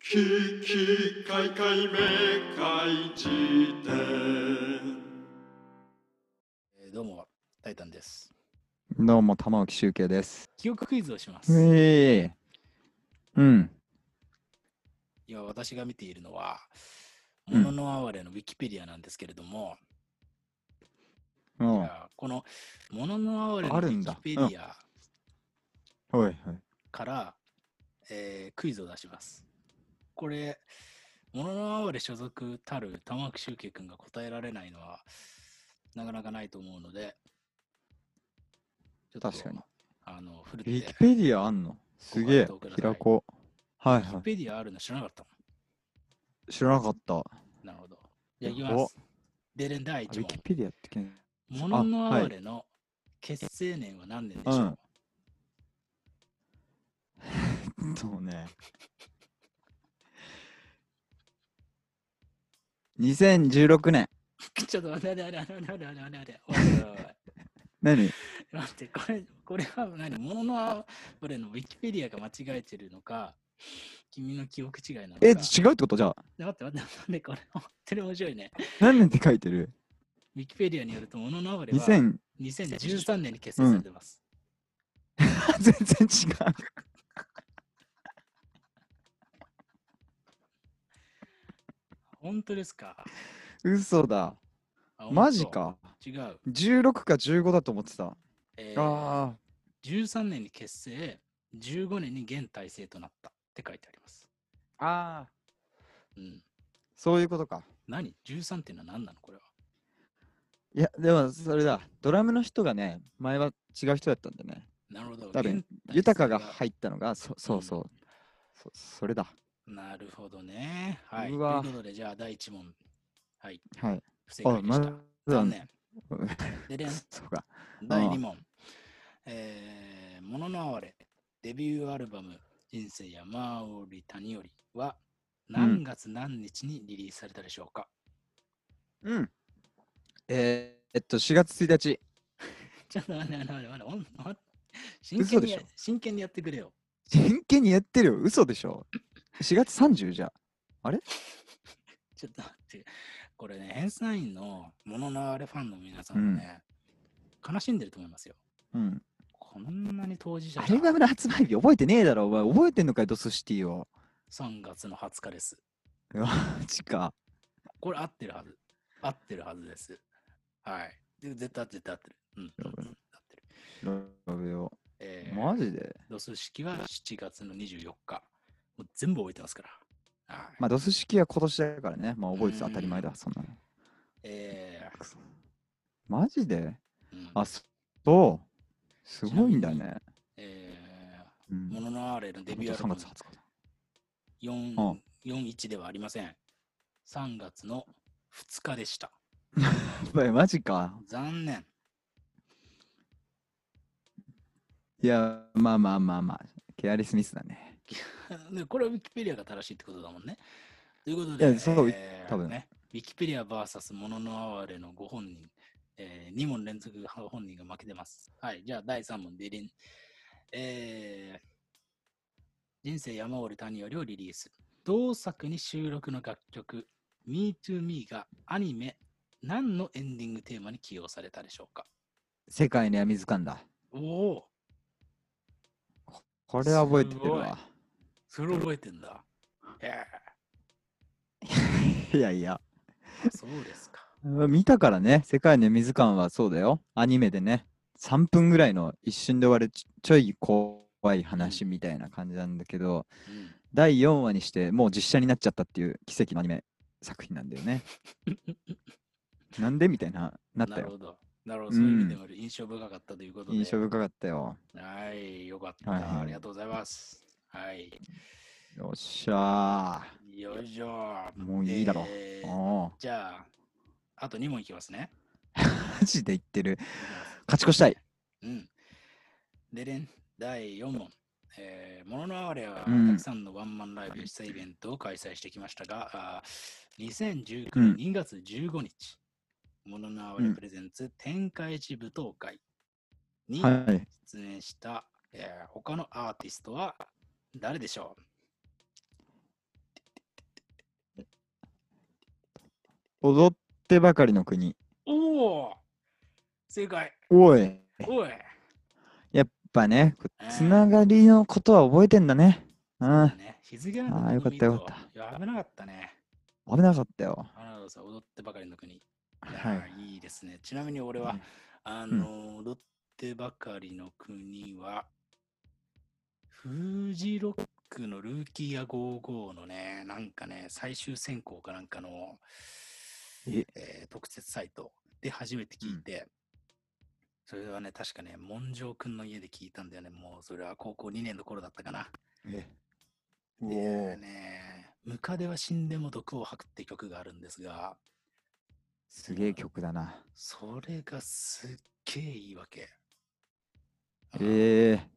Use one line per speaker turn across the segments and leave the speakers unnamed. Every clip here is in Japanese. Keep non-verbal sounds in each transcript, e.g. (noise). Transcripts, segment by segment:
ひきかいかいめかい辞典
えーどうも、タイタンです。
どうも、玉置周慶です。
記憶クイズをします。
ええうん。
今私が見ているのは、
うん
もののあれのウィキペディアなんですけれども、
うん。
い
はい
やこのもののあれの
あ
ウ
る
ィ
んだ
キペディア
はい。
から、えークイズを出します。これ、もののあれ所属たる玉木周慶君が答えられないのは、なかなかないと思うので、ちょっと
確かに。
あの、フル
ウィ
で
キ。ペディアあんのすげえ
ご回答ください。
平子。はい
ウィ
は
キペディアあるの知らなかったも
い。知らなかった。ウ
ん。なるほど。じゃあ、いきます。デレン第1
ィ
問
キ。ペディアって (laughs) けん。
ものの
あはい
あれの結成年は何年でしょう、
うんそうね。2016年。
(laughs) ちょっと待って待って待って待って待って待って待って待って待って
何
待ってこれこれは何もののあれのウィキペディアが間違えてるのか君の記憶違いなのか
え、違うってことじゃあ。
待って待って待ってこれ本当に面白いね
何年って書いてる
ウィキペディアによるともののあれは
?2000。
2013年に結成されてます、
(laughs) 全然違う。
本当ですか
嘘だ。
あ本当
マジか。
違う、
16か15だと思ってた。
えー
ああ。
13年に結成15年に現体制となったって書いてあります、
ああ。
うん、
そういうことか。
何 ?13 っていうのは何なのこれは。
いや、でもそれだ。ドラムの人がね、前は違う人だったんだよね。
なるほど。
多分
現代
豊かが
性
入ったのが、そそうそう、そ。それだ。
なるほどね。はい。という
うわ
ことで、じゃあ第1問。はい。
はい。
不正解でした。
あまだ
残念。
うん (laughs)
ででん
そうか。
第2問。えー、もののあれ、デビューアルバム、人生山折谷よりは、何月何日にリリースされたでしょうか、 (laughs)
うん。えーえっと、4月1日。
ちょっと待って待って待って待ってほんほん真
嘘
剣
で
に
しょ
や真剣にやってくれよ。
真剣にやってるよ。嘘でしょ。4月30じゃ。
ちょっと待って、これね、編纂員のもののあれファンの皆さんね、悲しんでると思いますよ。
うん。
こんなに当事者
ア
が
ルバムの発売日覚えてねえだろ、お前。覚えてんのかよ、ドスシティを。
3月の20日です。
うわマジか。
これ合ってるはず。合ってるはずです。はい。で絶対合ってる、絶対合ってる。うん。
やば
合
い
ってる。
ラブよ
えー、
マジで
ロス式は7月の24日。もう全部覚えてますから。はい。
まあ、ドス式は今年だからね。まあ、覚えてた当たり前だ、そんなの。
えー
くそマジで
うん、
あ、そう。すごいんだね。
え
う
ー、
ん
もののあれのデビューアル
3
バム
月20日だ。う
4 41ではありません。3月の2日でした。
やばい、マジか。
残念。 (laughs)
いや、まあまあまあまあ、ケアリスミスだね。
ねこれはウィキペディアが正しいってことだもんね。ということ
い
で、
やそう
えー
多分
ね、ウィキペディア VS もののあれのご本人、え2問連続本人が負けてます。はい、じゃあ第3問、デリン。えー人生山折谷よりをリリース。同作に収録の楽曲、Me to Me がアニメ、何のエンディングテーマに起用されたでしょうか
世界の闇図鑑だ。
おお、
これは覚えてるわ。
それ覚えてんだ。へ
いやいや、
え、そうですか。
見たからね、世界の闇図鑑はそうだよ。アニメでね、3分ぐらいの一瞬で終わるちちょい怖い話みたいな感じなんだけど、
うん
第4話にしてもう実写になっちゃったっていう奇跡のアニメ作品なんだよ
(laughs)
ね。なんでみたいな、なった
なる
よ。
ほど。なるほ
う
ど。
ん
そういう意味でも印象深かったということで。
印象深かったよ。
はい、よかった、
はいはい
ありがとうございます。はい。
よっしゃ
よいしょ。
ー。もういいだろ。
えー
おー
じゃあ、あと2問いきますね。
マジで言ってる。勝ち越したい。
うん。でれん、第4問。えー、もののあれはた
うん
くさんのワンマンライブやイベントを開催してきましたが、あー2019年2月15日、もののあれプレゼンツ天下一舞踏会に、
はい。
出演した、えー他のアーティストは誰でしょ
踊ってばかりの国。
おお正解。
おい。
おい。
やっぱね、こ
えー
つながりのことは覚えてんだね。うん。
ね、日付なん。
あーよかったよかった
いや、危なかったね。
危なかったよ。
あなたさん、踊ってばかりの国。いや
は
ー
い。
いいですね。ちなみに俺は、
うん
あのー、踊ってばかりの国は、フジロックのルーキーや55のね、なんかね、最終選考かなんかの、
え
えー特設サイトで初めて聞いて、それはね、確かね、文城くんの家で聞いたんだよね。もう、それは高校2年の頃だったかな。
お
で
ー
ね、ムカデは死んでも毒を吐くって曲があるんですが、
すげえ曲だな。
それがすっげえいいわけ。うん
ええ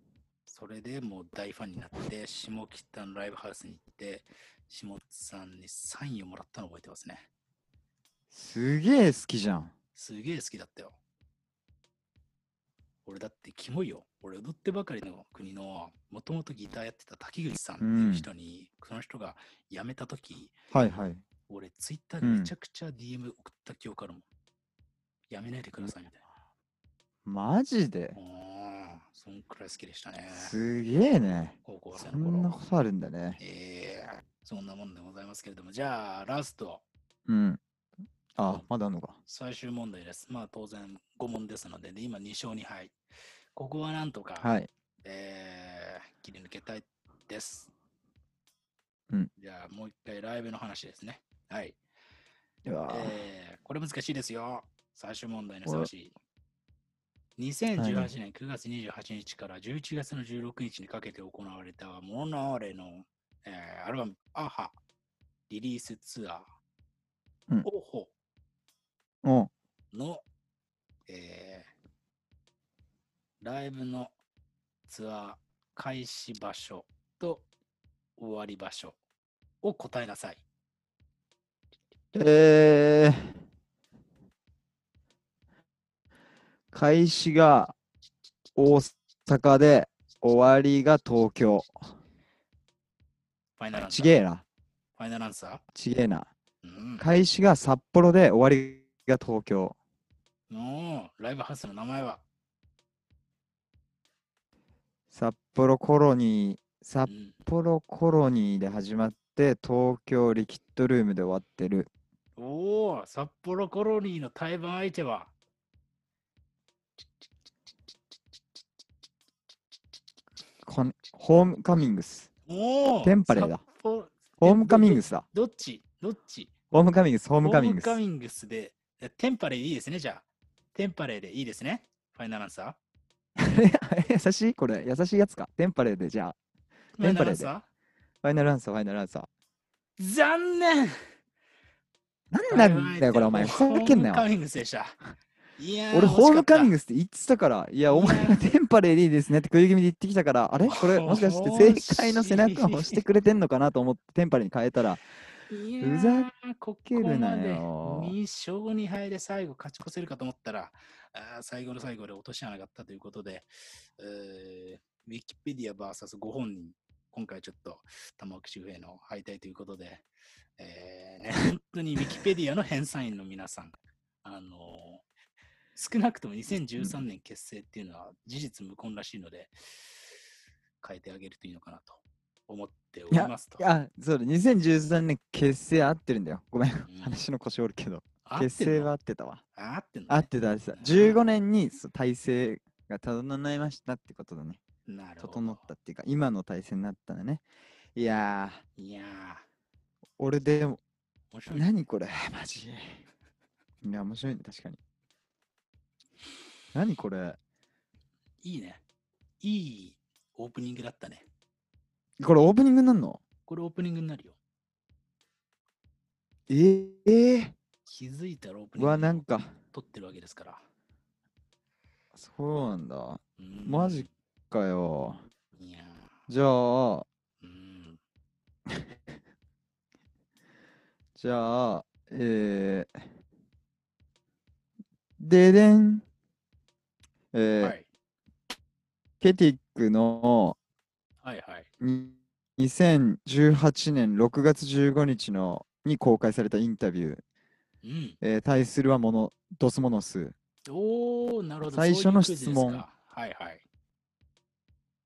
それでもう大ファンになって、下北のライブハウスに行って、下津さんにサインをもらったの覚えてますね。
すげえ好きじゃん。
すげえ好きだったよ。俺だってキモいよ。俺踊ってばかりの国の、もともとギターやってた滝口さんっていう人に、その人が辞めたとき、
はいはい。
俺ツイッターでめちゃくちゃ DM 送った記憶あるもん。やめないでくださいみたい
マジで
な。うん、そんくらい好きでしたね。
すげえね。
高校生
そ
の頃。
んなことあるんだね。
ええそんなもんでございますけれども、じゃあ、ラスト、
うん。あ、まだあんのか。
最終問題です。まあ、当然、5問ですので、ね、今、2勝2敗。ここはなんとか、
はい。
えー切り抜けたいです。
うん
じゃあ、もう一回、ライブの話ですね。はい。
うわー
えーこれ難しいですよ。最終問題にふ
お
さわしい。2018年9月28日から11月の16日にかけて行われたモノレの、えーアルバム「アハ」リリースツア
う
ー
ん
「オホ
うん。」
の、えーライブのツアー開始場所と終わり場所を答えなさい。
えー、開始が大阪で終わりが東京。
ファイナルアンサ
ち
ー。
げえな。
ファイナルアンサー
ちげえな。
うん
開始が札幌で終わりが東京。
のライブハウスの名前は、
札幌コロニー、
う
札
ん、
幌コロニーで始まって東京リキッドルームで終わってる。
おお、札幌コロニーの対バン相手は
こんホームカミングス。
おお
テンパレーだ。
札幌
ホームカミング
ス。
スだ。
どどっちどっち
ホームカミングス、ホー
ホ
ムカミングス。
ームカミングスで、えテンパレーでいいですね、じゃあ。テンパレーでいいですね。ファイナルアンサ
(laughs) 優しいこれ、優しいやつか。テンパレーでじゃあ。
ー
テンパレーで
ファイナルアンサ
ファイナルアンサー、ファイナルア
ー
ンサー。
残念
なんなんだよ、これ、お前。ふざけんな
ホームカ
よ。
ミングスでした。いや
俺、ホームカミン
グ
グスって言ってたから、いや、
いや
お前がテンパレーでいいですねって食い気味で言ってきたから、あれこれ、もしかして正解の背中を押してくれてんのかなと思って、テンパレーに変えたら、
ふ
ふざ
け
けるなよ
2勝2敗で最後勝ち越せるかと思ったら、あー最後の最後で落とし穴があったということで、えーウィキペディア VS ご本人、今回ちょっと玉置周平の敗退ということで、えーね、本当にウィキペディアの編纂員の皆さん、あのー少なくとも2013年結成っていうのは事実無根らしいので、変えてあげるといいのかなと思っておりますと。
いや、そうだ、2013年結成合ってるんだよ。ごめん、
うん
話の腰折るけど、
合ってるの
結成は合ってたわ。
合ってんの
合
ね
ってた、合ってた。15年にそう体制が整いましたってことだね。
なるほど
整ったっていうか、今の体制になったんだね。いやー、
いやー、
俺でも、
面白い。
何これ (laughs) マジいや面白いね確かに何これ
いいね。いいオープニングだったね。
これオープニングになんの
これオープニングになるよ。
えー、え
気づいたらオープニン
う
グ
わ
を
なんか
撮ってるわけですから。
そうなんだ
うん
マジかよ
いや
じゃあ
ー、うん。
じゃあえー、ででんえー
はい。
ケティックの
はいはい。
に2018年6月15日のに公開されたインタビュー
うん。
えー対するはもの、ドスモノス。
おー、なるほど。
最初
そういうクイ
の
ズです
質問
かはいはい。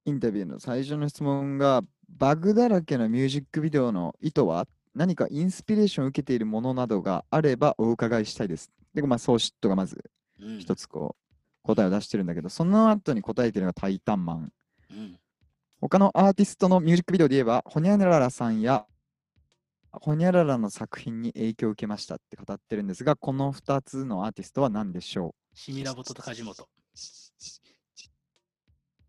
インタビューの最初の質問が、バグだらけのミュージックビデオの意図は何かインスピレーションを受けているものなどがあればお伺いしたいです。で、まあ、ソーシットがまず
うん
一つこう、答えを出してるんだけど、その後に答えてるのがタイタンマン。
うん。
他のアーティストのミュージックビデオで言えば、ホニャララさんやホニャララの作品に影響を受けましたって語ってるんですが、この2つのアーティストは何でしょう
シミラボトと梶本。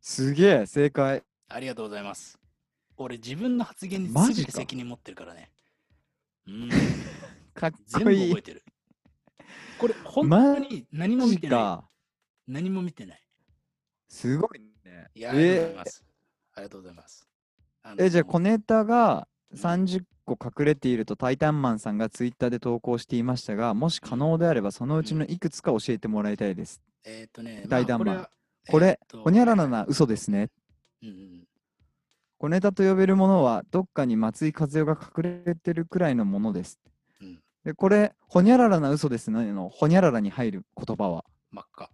すげえ、正解。
ありがとうございます。俺、自分の発言に
マ
全
ジ
て
か
責任持ってるからね。うん。
かっ
全
こ
部
い
覚え
い。
てる。これ、本
マ
当に何も
マ
見
ジ
てな
か。
い。何も見てない。
すごいね。
いや、ありがとうござい
え
ます。ありがとうございます。あ
え、じゃあ、
の
小ネタが30個隠れているとタイタンマンさんがツイッターで投稿していましたが、もし可能であれば、そのうちのいくつか教えてもらいたいです。
えーっとね、
大胆
ま
版
あ
これ、ホ
ホ
ニャララな嘘ですね。
うんうん
小ネタと呼べるものは、どっかに松井和代が隠れてるくらいのものです。
うん
で、これ、ほにゃららな嘘ですねの、ほにゃららに入る言葉は。
真っ赤。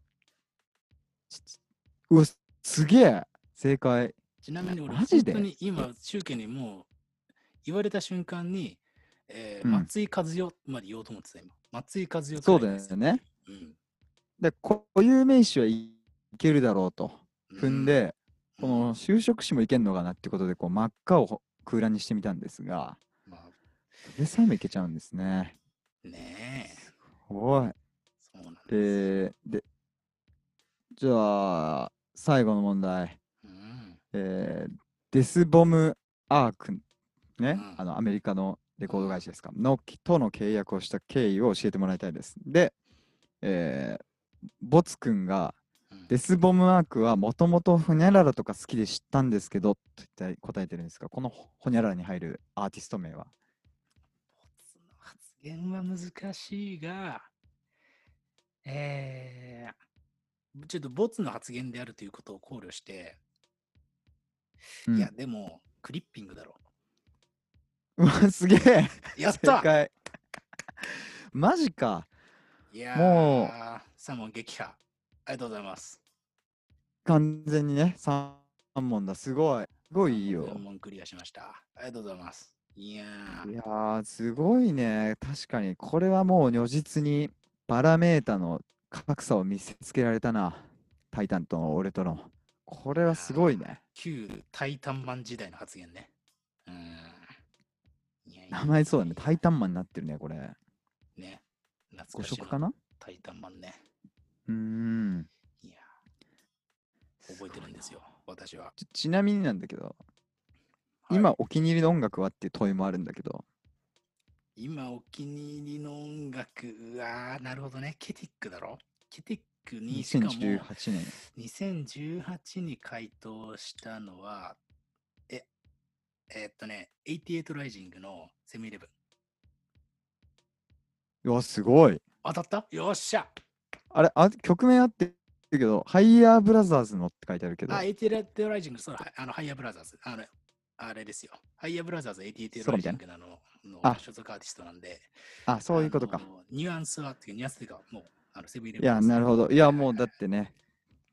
うわ、すげえ正解。
ちなみに俺、
マジ
本
で
当に今、宗家にもう言われた瞬間に、えー
うん
松井和代まで言おうと思ってた、今。松井和代くらい
そうだよね。
うん。
で、固有名詞はいけるだろうと
う
踏ん、で、この就職詞もいけんのかなってことで、こう、真っ赤をほ空欄にしてみたんですが、
まあ、
それさえもいけちゃうんですね。
ねえ。
おい。
そうなんです。
えー、で、じゃあ、最後の問題。
うん
えーデスボムアーク、ね
うん
あのアメリカのレコード会社ですか、のとの契約をした経緯を教えてもらいたいです。で、えーボツ君が
うん
デスボムアークはもともとホニャララとか好きで知ったんですけどと言って答えてるんですが、このホニャララに入るアーティスト名は
発言は難しいが、えー、ちょっとボツの発言であるということを考慮して、
うん
いや、でも、クリッピングだろ
うわ、すげえ
う。やっ
(laughs) 正
た
(laughs) 解マジか
いや
もう
ー、サーモン撃破。ありがとうございます。
完全にね、3問だ。すごい。すごいいいよ。
4問クリアしました。ありがとうございます。いや
い
ー、
やー、すごいね。確かに、これはもう如実にバラメータの格差を見せつけられたな。タイタンとの俺との。これはすごいね。
旧タイタンマン時代の発言ね。うーん。いやいや
名前そうだね。タイタンマンになってるね、これ。
ね。懐
誤
かしい
色かな
タイタンマンね。
うーん。
いやー、覚えてるんですよ、私は。
ち。ちなみになんだけど、
はい
今お気に入りの音楽はっていう問いもあるんだけど、
今お気に入りの音楽は、なるほどね、ケティックだろケティックにしかも
2018年。
2018に回答したのは、え、えっとね、88ライジングのセミイレブン。
うわ、すごい。
当たったよっしゃ
あれ、あ曲名あってるけど、ハイヤーブラザーズのって書いてあるけど
あ、、88ライジング、そうだ、はいあの、ハイヤーブラザーズ。あの、あれですよ。ハイヤーブラザーズ88
そ
ラ
う
イ
み
ジ
たい
ン
な
グなのの
あ
所属アーティストなんで、
あ、そういうこと
あ
か。
の。ニュアンスはっていう、ニュアンスというか、もう、あのセブンイレ
い
ブン
や、
です。
なるほど。いや、もうだってね、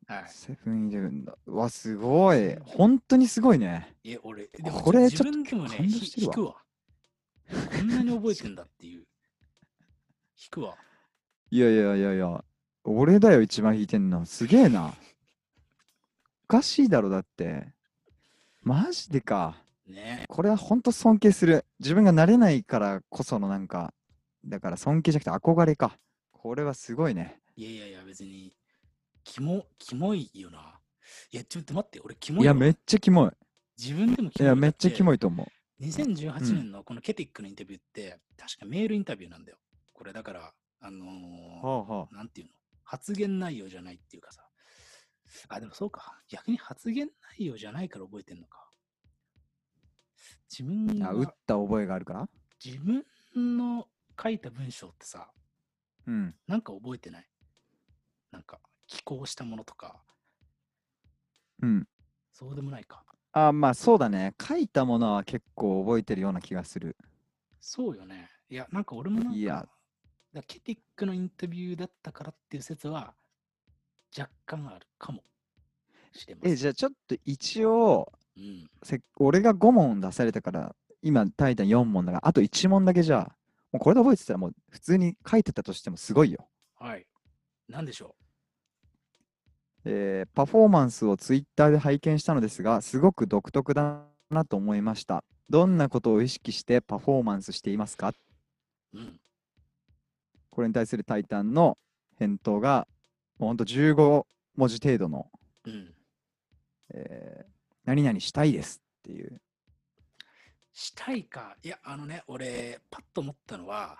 はい。
セブンイレブンだ。うわ、すごい。本当にすごいね。
いや、俺、でも
これ
自分でもね、
感動
ひ
してる
引
わ
くわ。こんなに覚えてんだっていう。引くわ。
いやいやいやいや、俺だよ、一番弾いてんの。すげえな。おかしいだろ、だって。マジでか。
ね
これは本当尊敬する。自分が慣れないからこそのなんか、だから尊敬じゃなくて憧れか。これはすごいね。
いやいやいや、別に、キモ、キモいよな。いや、ちょっと待って、俺、キモい
いや、
わ
めっちゃキモい。
自分でもキ
い
モい。
や、めっちゃキモ
い。
いと思う。
2018
うん
年のこのケティックのインタビューって、確かメールインタビューなんだよ。これ、だから、あのー
はあはあ。
なんていうの発言内容じゃないっていうかさ。あ、でもそうか。逆に発言内容じゃないから覚えてんのか。自分
あ打っ
が、
た覚えがあるから
自分の書いた文章ってさ、
うん。
なんか覚えてないなんか、寄稿したものとか、
うん。
そうでもないか。
あ、まあそうだね。書いたものは結構覚えてるような気がする。
そうよね。いや、なんか俺もなんか、
いや
だからケティックのインタビューだったからっていう説は若干あるかもしれません。
え、じゃあちょっと一応、
うん、
せ俺が5問出されたから、今、タイタン4問だから、あと1問だけじゃあ、もうこれで覚えてたら、もう普通に書いてたとしてもすごいよ。
はい。なんでしょ
えーパフォーマンスをツイッターで拝見したのですが、すごく独特だなと思いました。どんなことを意識してパフォーマンスしていますか
う。うん。
これに対するタイタンの返答が、もうほんと15文字程度の、
うん。
えー何々したいですっていう。
したいか。いや、あのね、俺、パッと思ったのは、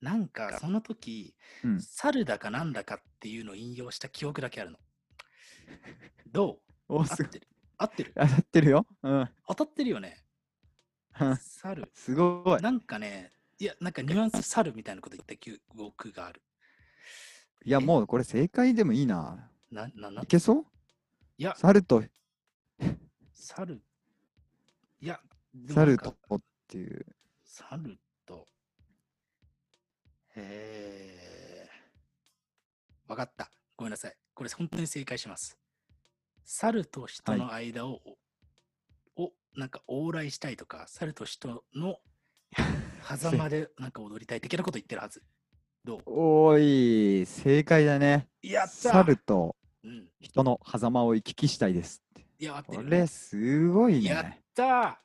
なんかその時、
うん
猿だかなんだかっていうのを引用した記憶だけあるの。 (laughs) どう
お
合っ
(laughs) すごい。
てる合ってる
当たってるよ。うん。
当たってるよね猿。
すごい。
なんかね、いや、なんかニュアンス猿みたいなこと言った記憶がある。
いや、もうこれ正解でもいいな。、
な、な、ない
けそう
いや、
猿と、
猿。いや、でもな
猿
んか
とっていう。
猿と。えー。わかった。ごめんなさい。これ本当に正解します。猿と人の間を、を、なんか往来したいとか、猿と人
(laughs)
の狭間でなんか踊りたい的なこと言ってるはず。どう
おーい、正解だね。
やった
猿と
うん。
人の狭間を行き来したいですって。
いや、合って
こ
るよね
れ、すごい
やっ
ね。
たーあ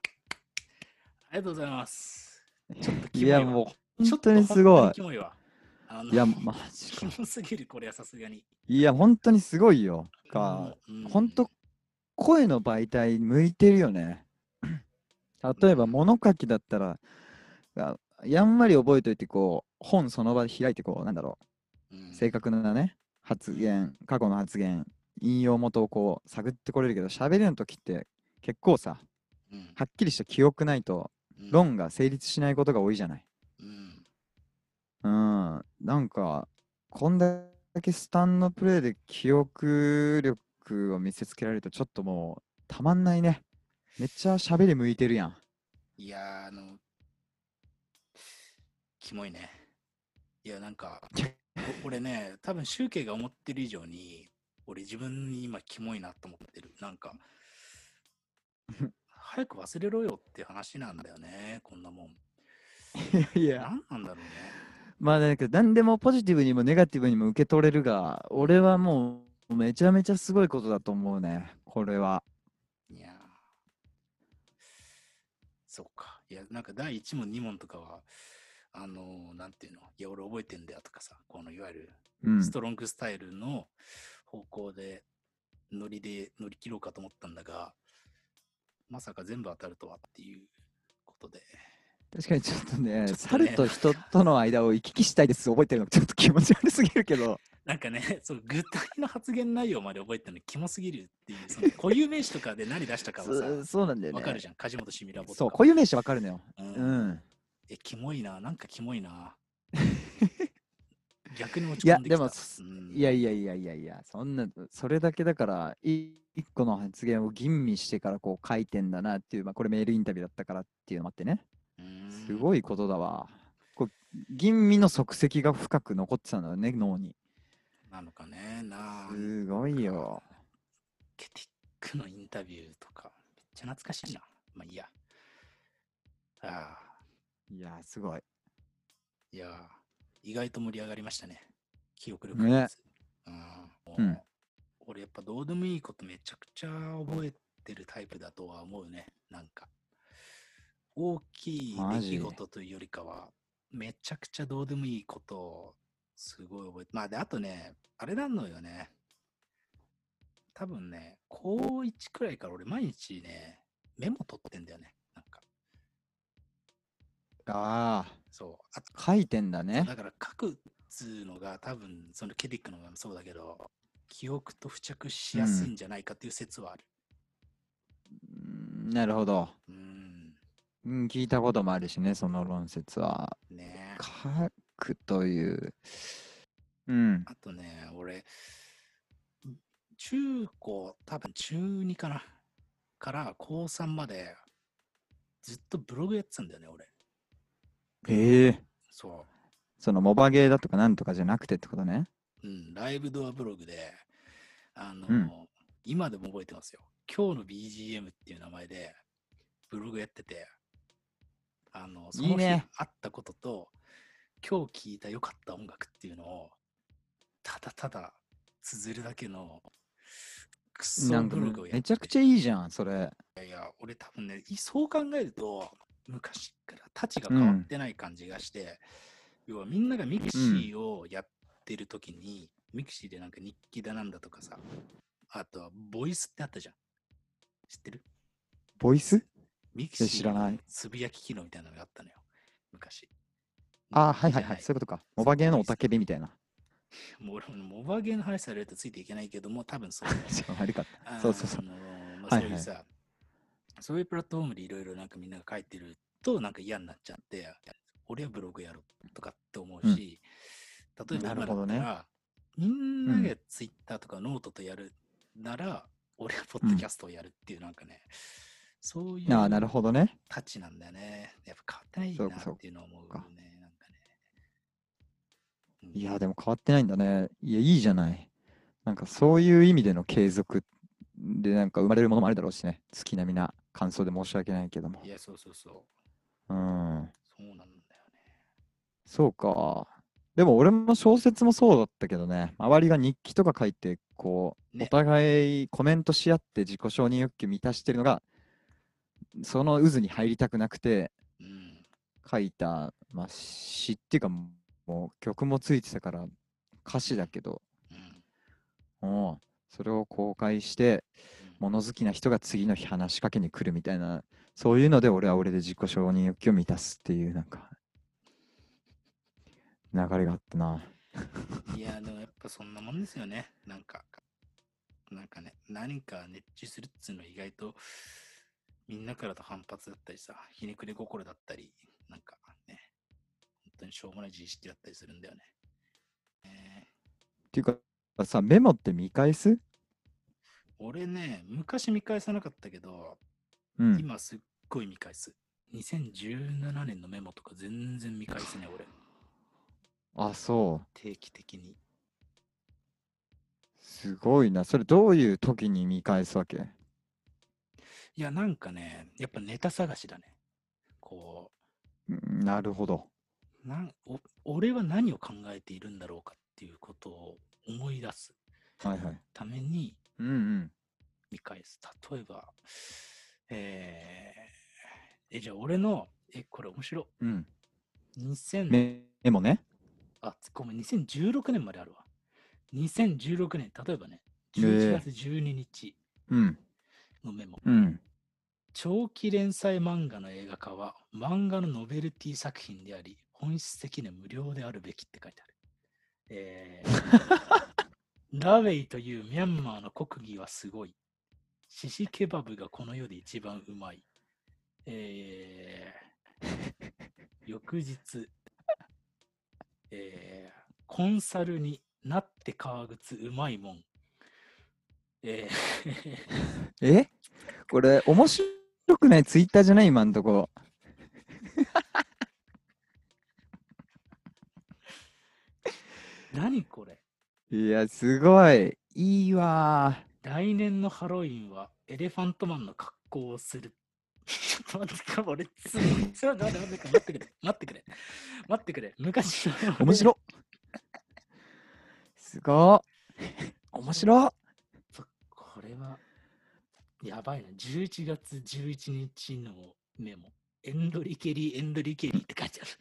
りがとうございます。ちょっとキ
い
モいわ
や、もう、
ちょっと
本当にすごい
本当にキ。モいわ。あの
いや、マジ
(laughs) キ
か。
モすぎる、これはさすがに。
いや、本当にすごいよ。か、
うん、
本当声の媒体向いてるよね。例えば、物書きだったら、あやんわり覚えといて、こう、本その場で開いて、こう、なんだろう。
うん
正確なね発言過去の発言引用元をこう探ってこれるけど喋りの時って結構さ
うん
はっきりした記憶ないと
うん
論が成立しないことが多いじゃない。
うん
うんなんかこんだけスタンのプレーで記憶力を見せつけられるとちょっともうたまんないね。めっちゃ喋り向いてるやん。
いやー、あの、キモいね。いや、なん
(laughs)
か、お俺ね、多分、集計が思ってる以上に、俺自分に今、キモいなと思ってる。なん
(laughs)
か、早く忘れろよって話なんだよね、こんなもん。
いやいや。
何なんだろうね。
まあなんか何でもポジティブにもネガティブにも受け取れるが俺はもうめちゃめちゃすごいことだと思うねこれはい
やーそうか。いや、なんか第1問、2問とかは、あのーなんていうの、いや、俺覚えてんだよとかさ、このいわゆ
う
る
ん
ストロングスタイルの方向で、ノリで乗り切ろうかと思ったんだが、まさか全部当たるとはっていうことで。
確かにちょっとね
ちょっとね
猿と人との間を行き来したいです覚えてるのちょっと気持ち悪すぎるけど
なんかね、 (laughs) そう具体の発言内容まで覚えてるのキモすぎるっていう、その固有名詞とかで何出したかはさ、
そそうなんだよね
わかるじゃん、梶本シミラボとか。
そう固有名詞わかるのよ
うん
うん
え、キモいな、なんかキモい
(laughs)
な。逆に落ち
いや
込んできた。
でもす
うん
いやいやいやいやいやそんなそれだけだからい一個の発言を吟味してからこう書いてんだなっていうまあこれメールインタビューだったからっていうのもあってねす
い。
ごいことだわ。こう吟味の足跡が深く残ってたのよね、脳に。
なのかね、なあ。
すごいよ。
ケティックのインタビューとか、めっちゃ懐かしいな。まあいいや。ああ、
いや、すごい。
いや、意外と盛り上がりましたね。記憶力
ね
のやつうん
うん
俺やっぱどうでもいいことめちゃくちゃ覚えてるタイプだとは思うね。なんか。大きい
マ
出
ジ
来事というよりかは、めちゃくちゃどうでもいいことをすごい覚えて。まあで、あとね、あれなのよね。多分ね、高1くらいから俺毎日ね、メモ取ってんだよね。なんか。
あ
そう。あ
あ、書いてんだね。
だから書くっつうのが多分そのケディックのもそうだけど記憶と付着しやすいんじゃないかっていう説はある。
うんなるほど。
うん。
うん、聞いたこともあるしね、その論説は。
ねえ
書くという。うん。
あとね、俺、中高、多分中2かな。から高3までずっとブログやってたんだよね、俺。
ええ
そう。
そのモバゲーだとかなんとかじゃなくてってことね。
うん、ライブドアブログで、あの、
うん
今でも覚えてますよ。今日の BGM っていう名前で、ブログやってて、あの、その
いい
日
ね
あったことと、今日聴いた良かった音楽っていうのを、ただただ綴るだけの、ク
な
ソ
んか
ブログをやってて
めちゃくちゃいいじゃん、それ。
いや、俺多分ね、いそう考えると、昔からたちが変わってない感じがして、要はみんながミクシーをやってる時に、ミクシーでなんか日記だなんだとかさ、あとはボイスってあったじゃん。知ってる
ボイス
ミクシ
え知
ー
ら
の
ない。
つぶやき機能みたいなのがあったのよ、昔。
あー、はいはいはい、
じ
そう
ゃ
いうことか。モバゲーのおたけびみたいな。
なもう俺もモバゲーの話されるとついていけないけども、多分そう。
そう悪かった。そうそうそう。
あのまあ、
は
そ
いう
い
は
う
い
さ、そういうプラットフォームでいろいろなんかみんなが書いてるとなんか嫌になっちゃって、俺はブログやろうとかって思うし、例えば
な
今だ
るほ
っ
ど
た
ね
ら、みんながツイッターとかノートとやるなら、俺はポッドキャストをやるっていうなんかね、そういう
ああー、なるほどね。
タッチなんだよね。やっぱ変わって
そ
な
う
い
か
な
そう
っていうのを思うね。
か
なんかね。うん
いや、でも変わってないんだね。いや、いいじゃない。なんかそういう意味での継続でなんか生まれるものもあるだろうしね。好きなみな感想で申し訳ないけども
い。や、そうそうそう。
うん。
そうなんだよね。
そうか。でも俺も小説もそうだったけどね。周りが日記とか書いて、こう、
ね
お互いコメントし合って自己承認欲求満たしてるのが、その渦に入りたくなくて
うん。
書いた、まあ、詩っていうか、もう曲もついてたから歌詞だけど、
うん。
うん、それを公開して、
うん
物好きな人が次の日話しかけに来るみたいな、そういうので俺は俺で自己承認欲求を満たすっていう、なんか、流れがあったな。
いや、でもやっぱそんなもんですよね。なんか、なんかね、何か熱中するっつうのは意外と、みんなからと反発だったりさ、ひねくれ心だったり、なんかね、本当にしょうもない自意識だったりするんだよね。え
っていうかさ、メモって見返す
ー俺ね、昔見返さなかったけど、
うん。
今すっごい見返す。2017年のメモとか全然見返すね、俺。
あ、そう。
定期的に。
すごいな。それどういう時に見返すわけ
いや、なんかね、やっぱネタ探しだね。こう、
うんなるほど。
なんお俺は何を考えているんだろうかっていうことを思い出す
はいはい。
ために
うんうん。
見返す。例えば、えーえ、じゃあ俺の、え、これ面白
うん。
い。2000、
メメモね。
あ、ごめん、2016年まであるわ。2016年、例えばね、
え
11月12日
うん。
のメモ。
うん。
長期連載漫画の映画化は漫画のノベルティ作品であり、本質的には無料であるべきって書いてある。えー (laughs) ラウェイというミャンマーの国技はすごい。シシケバブがこの世で一番うまい。えー翌日、えーコンサルになって革靴うまいもん。えー
えこれ、面白くないツイッターじゃない今んとこ。
何これ
いや、すごい。いいわー。
来年のハロウィンはエレファントマンの格好をする。ちょっと待ってか、俺、つい、ちょっと待って、待って、待ってくれ、待ってくれ、待ってくれ。昔の、
面白っすごっ面白っ
これは、やばいな。11月11日のメモ。エンドリケリー、エンドリケリーって書いてある。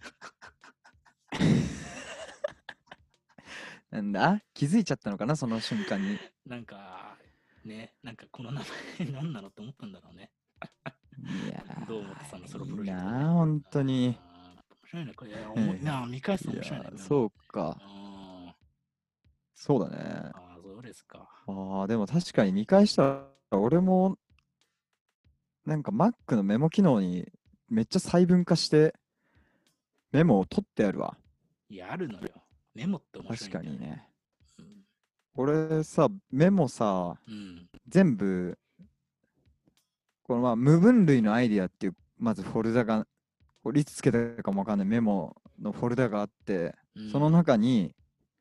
なんだ気づいちゃったのかなその瞬間に。
なんか、ね、なんかこの名前何なのって思ったんだろうね。
いやー
どう思ってたのソロプロ
いい
ジェクトね
なー、本当に。
あー面白いね、これ。いやおもなあ見返すと
い
面
や
白いね。
ーそうか。
あ
そうだね。
あー、そうですか。
ああ、でも確かに見返したら、俺も、なんか Mac のメモ機能にめっちゃ細分化して、メモを取ってやるわ。
いや、あるのよ。メモって面白い
確
ん
か
だよ
に。ね。
うん
俺さ、メモさ、
うん。
全部、このまあ無分類のアイディアっていう、まずフォルダがこれいつつけたかもわかんないメモのフォルダがあって、
うん
その中に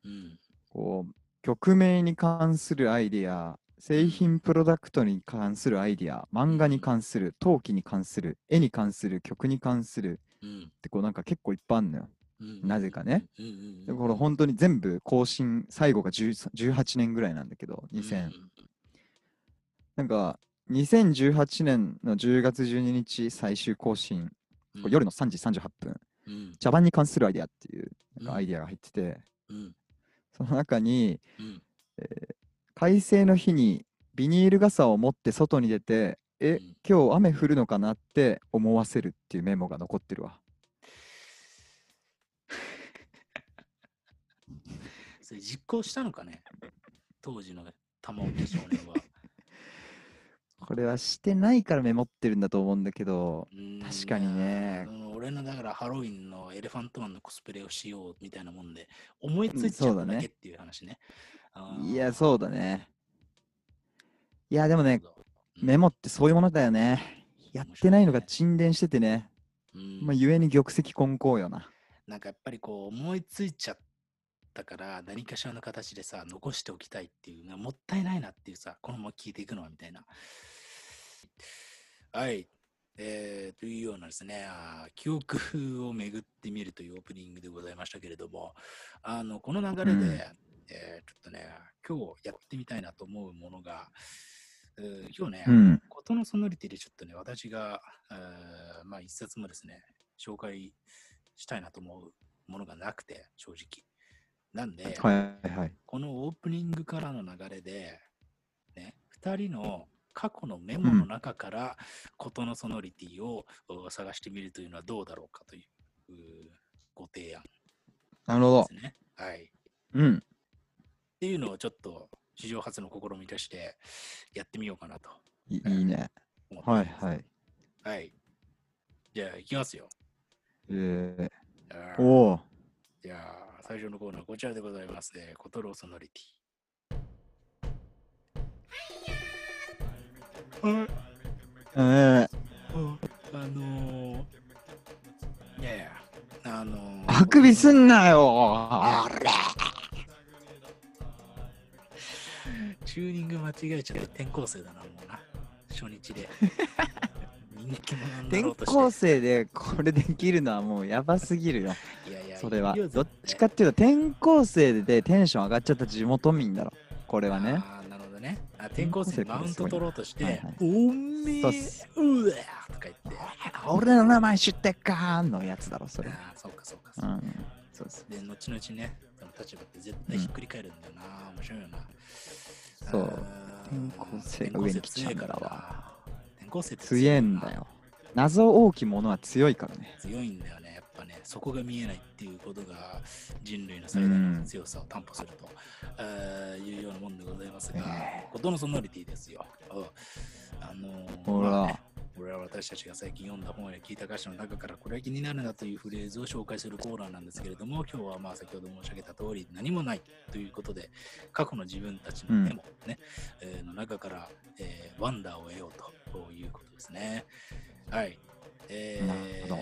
うん。
こう曲名に関するアイディア製品プロダクトに関するアイディア漫画に関する陶器に関する絵に関する曲に関する
うん
ってこうなんか結構いっぱいあんのよ。
うん
なぜかね。
うんうんうん
でこれ本当に全部更新最後が10 18年ぐらいなんだけど2000、なんか2018年の10月12日最終更新、
うん
これ夜の3時38分
うん
茶番に関するアイディアっていうなん
う
か
ん
アイディアが入ってて、
うん
その中に
うん
快晴の日にビニール傘を持って外に出てえ
うん
今日雨降るのかなって思わせるっていうメモが残ってるわ
それ実行したのかね当時の玉置少年
(laughs)
は。
これはしてないからメモってるんだと思うんだけど
うん
確かにね
いやー俺のだからハロウィンのエレファントマンのコスプレをしようみたいなもんで、思いついちゃ
うんそう
った
だ
だ
ね
けっていう話ね。あー
いやそうだね。いやでもね
うん
メモってそういうものだよねやってないのが
面白
沈殿しててね、
うん
まあ、ゆえに玉石混交よな
なんかやっぱりこう思いついちゃったから何かしらの形でさ残しておきたいっていうなもったいないなっていうさこのまま聞いていくのはみたいなはいえー、というようなですねあー記憶を巡ってみるというオープニングでございましたけれどもあのこの流れで、
うん
えーちょっとね今日やってみたいなと思うものがうー今日ね、
うん
ことのソノリティでちょっとね、私が、えーまあ一冊もですね、紹介したいなと思うものがなくて、正直。なんで、
はいはいはい
このオープニングからの流れで、ね、2人の過去のメモの中から、ことのソノリティをお探してみるというのはどうだろうかといううーご提案
なるほど
ですね。はい。
うん
っていうのをちょっと、史上初の試みとして、やってみようかなと
いいいね
思って
はい
ます
はい
はい。じゃあ、いきますよ。
え
じゃ
ー、
あ
おお
じゃあ最初のコーナーこちらでございます、ね。コトローソノリティ。
えー、
あのー、いやいや、あのー、
あくびすんなよあれ
チューニング間違えちゃって転校生だな、もうな。初日
(laughs)
で。人気者になろ
転
うと
校
し
生でこれできるのはもうやばすぎるよ
て。いやいや
それはい
いよ
どっちかっていうと転校生でテンション上がっちゃった地元民だろこれはね
ああ、なるほどね。あ転校生にマウント取ろうとして、
はいはい
おめえ、う
そ
わ
うっす
ーとか言って。
俺の名前知ってっかーのやつだろそれ
ああ、そうかそうかそう
う
か。
んそうそう
で、後々ね、その立場って絶対ひっくり返るんだよな。面白いよな。
そう
あー。
転校生が上に来ちゃうんだわ
転校生って
強え
い
ん
な
だ。よ謎大きいものは強いからね
強いんだよね。やっぱね、そこが見えないっていうことが人類の最大の強さを担保すると、あーいうようなもんでございますが、
え
ことのソノリティですよ。うんあのー
ほら
まあね俺は私たちが最近読んだ本や聞いた歌詞の中からこれは気になるなというフレーズを紹介するコーナーなんですけれども今日はまあ先ほど申し上げた通り何もないということで過去の自分たちのメモ、ねえーの中から、えーワンダーを得ようということですね。はい。えー
なるほど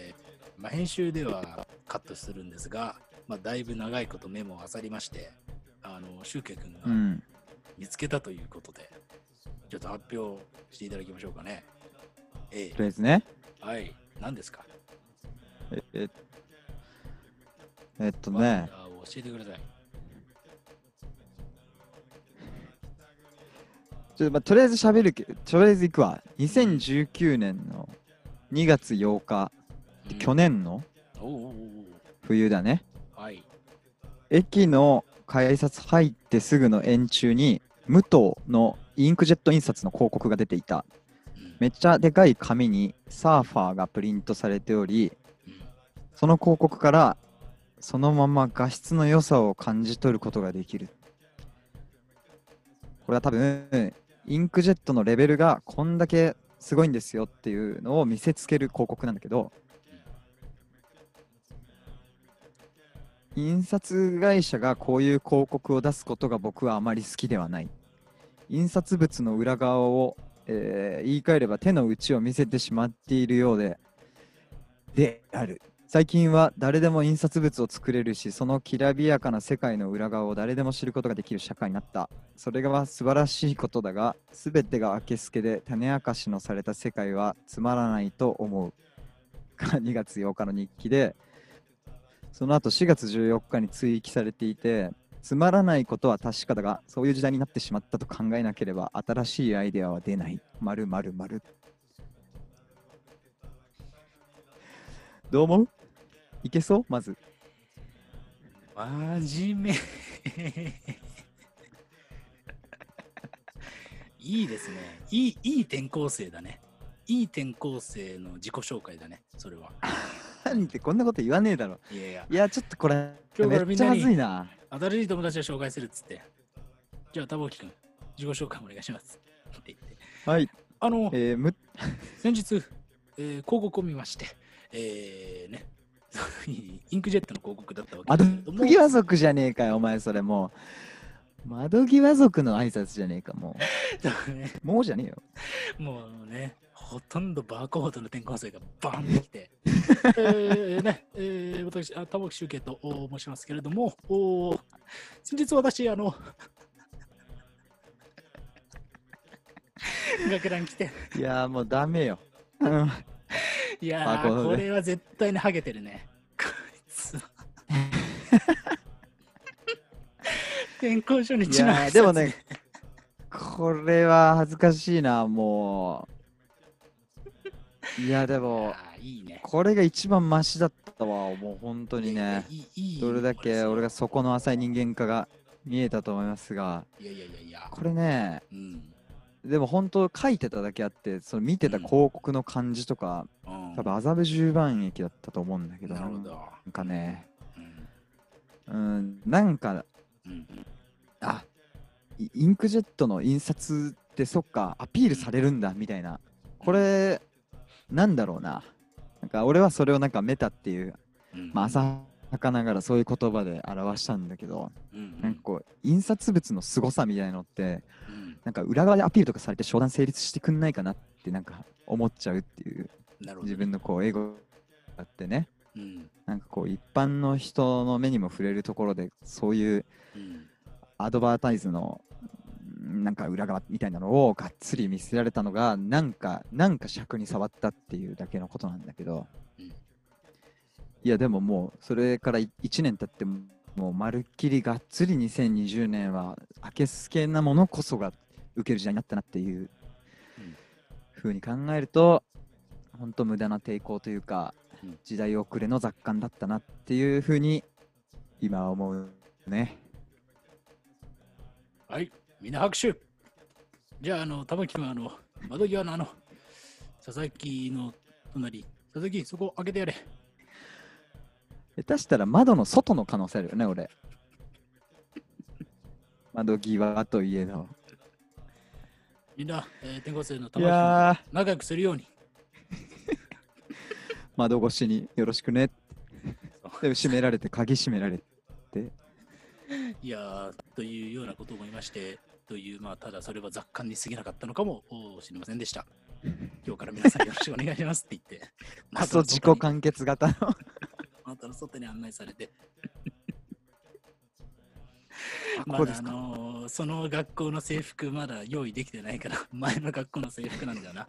まあ、編集ではカットするんですが、まあ、だいぶ長いことメモをあさりましてあのシュウケ君が
うん
見つけたということで、ちょっと発表していただきましょうかね。え
とりあえずね
え、はい、何ですか
えええっと
ワン
ね
ダーを教えてください。
ちょっとまあ、とりあえず喋るけとりあえず行くわ2019年の2月8日、
うん
去。年の
おうおう
冬だね
おうはい。
駅の改札入ってすぐの円柱に武藤のインクジェット印刷の広告が出ていた
うん
めっちゃでかい紙にサーファーがプリントされておりその広告からそのまま画質の良さを感じ取ることができるこれは多分インクジェットのレベルがこんだけすごいんですよっていうのを見せつける広告なんだけど印刷会社がこういう広告を出すことが僕はあまり好きではない印刷物の裏側を、えー言い換えれば手の内を見せてしまっているようでである最近は誰でも印刷物を作れるしそのきらびやかな世界の裏側を誰でも知ることができる社会になったそれが素晴らしいことだが全てが明けすけで種明かしのされた世界はつまらないと思う (laughs) が2月8日の日記でその後4月14日に追記されていてつまらないことは確かだがそういう時代になってしまったと考えなければ新しいアイデアは出ないまるまるまるどう思ういけそうまず
真面目。いいですね。いい、いい転校生だね。いい転校生の自己紹介だね、それは。
なんてこんなこと言わねえだろ
いやいや、
いやちょっとこれ
今日
め
からみ
っ
ん
ちゃ
な
は
に
ずいな
新しい友達を紹介するっつって。じゃあ、タボキ君、自己紹介お願いします。って言って。
はい
あの、
えー、む
先日、えー広告を見まして、えー、ね、 (laughs) インクジェットの広告だったわけ
窓
ですけれども、
際族じゃねえかよお前それもう窓際族の挨拶じゃねえかもうもうじゃねえよ
(laughs) もうね、ほとんどバーコードの転校生がバーンってき (laughs) て、えーね、えー私、あ田牧修慶とお申しますけれども、お先日私、あの、 (laughs) 学ラン来て、
いやーもうダメようん
いや
バーコー
ー、
ド
こ
で
れは絶対にハゲてるね。こいつ
(laughs)
は。転校初
い
日の挨
やー
拶
でもね、これは恥ずかしいな、もう。いや、でも、
あーいいね。
これが一番マシだったわ、もう本当に
いや
ね。
いいいい
どれだけ俺が底の浅い人間化が見えたと思いますが、
いやいやいやいや。
これね、
うん。
でも本当書いてただけあって、その見てた
うん
広告の感じとか、
うん
多分麻布十番駅だったと思うんだけど、
なるほ
な
ど。
んかね、
うん
うん、なんか、
うんうん
あイインクジェットの印刷ってそっかアピールされるんだみたいなこれなんだろうななんか俺はそれをなんかメタっていう、
うん
まあ、浅はかながらそういう言葉で表したんだけど
うん
なんかこう印刷物の凄さみたいなのって
うん
なんか裏側でアピールとかされて商談成立してくんないかなってなんか思っちゃうっていう
なるほどね。
自分のこう英語があってね
うん
なんかこう一般の人の目にも触れるところでそういう
うん
アドバータイズのうんなんか裏側みたいなのをがっつり見せられたのがなんかなんか尺に触ったっていうだけのことなんだけど、
うん
いやでももうそれから1年経ってももうまるっきりがっつり2020年は明けすけなものこそが受ける時代になったなっていう
うん
ふうに考えると本当無駄な抵抗というか、
うん
時代遅れの雑感だったなっていうふうに今は思うね。
はい、みんな拍手じゃあ、あの、玉木君、あの、窓際のあの、佐々木の隣、佐々木、そこ開けてやれ。
下手したら窓の外の可能性あるよね、俺。窓際といえど。
みんな、えー転校生の玉
い
木君、
や
仲良くするように。
ー、窓越しによろしくね。でも閉められて、鍵閉められて。
いやー、というようなことを思いまして、という、まあ、ただそれは雑感に過ぎなかったのかもお知りませんでした。今日から皆さんよろしくお願いしますって言
(laughs)
って、
クソ自己完結型の。
あなたの外に案内されて。
こ
ま
こで
だ
す
あ
か
のーその学校の制服まだ用意できてないから、前の学校の制服なんだよな。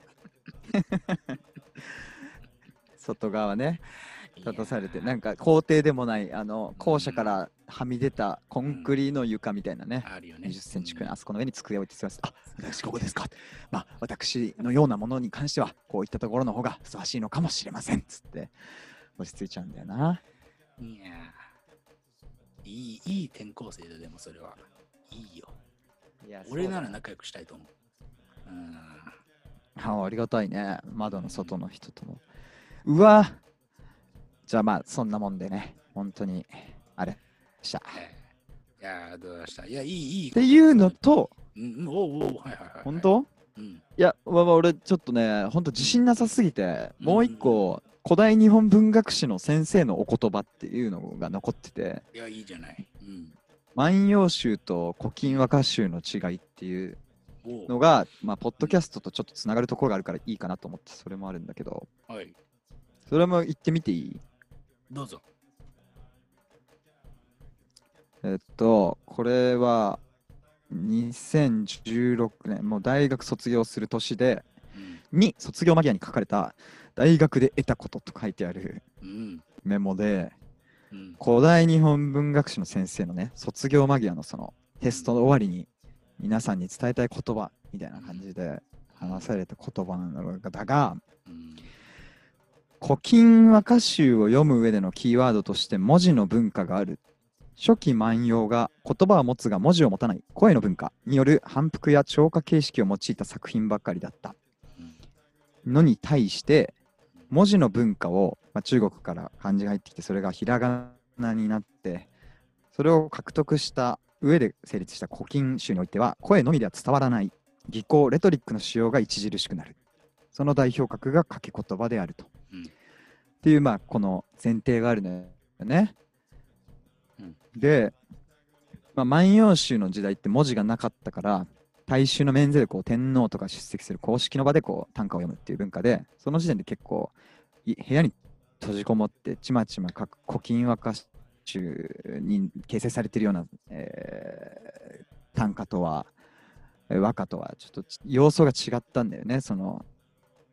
外側ね、 (laughs) 立たされて。なんんか校庭でもない、あの、校舎からはみ出たコンクリの床みたいなね。
あるよね。
20センチくらい、
うん
あそこの上に机を置いてすみません。あ、私ここですか。まあ、私のようなものに関しては、こういったところの方がふさわしいのかもしれません。つって、落ち着いちゃうんだよな。
いやーいい、いい転校生だ、でもそれは。いいよ。
いや
俺なら仲良くしたいと思う。うん。
あありがたいね。窓の外の人とも。うわじゃあまあ、そんなもんでね、本当に、あれ、した。っ
えーいやー、どうでしたいや、いい、いい。って
いうの、と、
うん、おうおう、はいはいはいはい。
本当
うん。
いや、わわ俺、ちょっとね、本当自信なさすぎて、
うん
もう一個、古代日本文学史の先生のお言葉っていうのが残ってて、
いや、いいじゃない。うん。
万葉集と古今和歌集の違いっていう
おう
のが、まあ、ポッドキャストとちょっとつながるところがあるからいいかなと思って、それもあるんだけど、
はい。
それも言ってみていい
どうぞ。
えっと、これは2016年、もう大学卒業する年で、
うん。
に卒業間際に書かれた大学で得たことと書いてある
うん。
メモで、
うん。
古代日本文学史の先生のね、卒業間際のそのテストの終わりに皆さんに伝えたい言葉みたいな感じで話された言葉なのだが、
うん。
古今和歌集を読む上でのキーワードとして文字の文化がある初期万葉が言葉は持つが文字を持たない声の文化による反復や超過形式を用いた作品ばかりだった
うん
のに対して文字の文化を、まあ、中国から漢字が入ってきてそれがひらがなになってそれを獲得した上で成立した古今集においては声のみでは伝わらない技巧レトリックの使用が著しくなるその代表格が掛け言葉であると、
うん
っていうまあこの前提があるのよね、
うん
で、まあ、万葉集の時代って文字がなかったから大衆の免税でこう天皇とか出席する公式の場でこう短歌を読むっていう文化でその時点で結構い部屋に閉じこもってちまちま書く古今和歌集に形成されているような、えー短歌とはえー和歌とはちょっとち様相が違ったんだよねその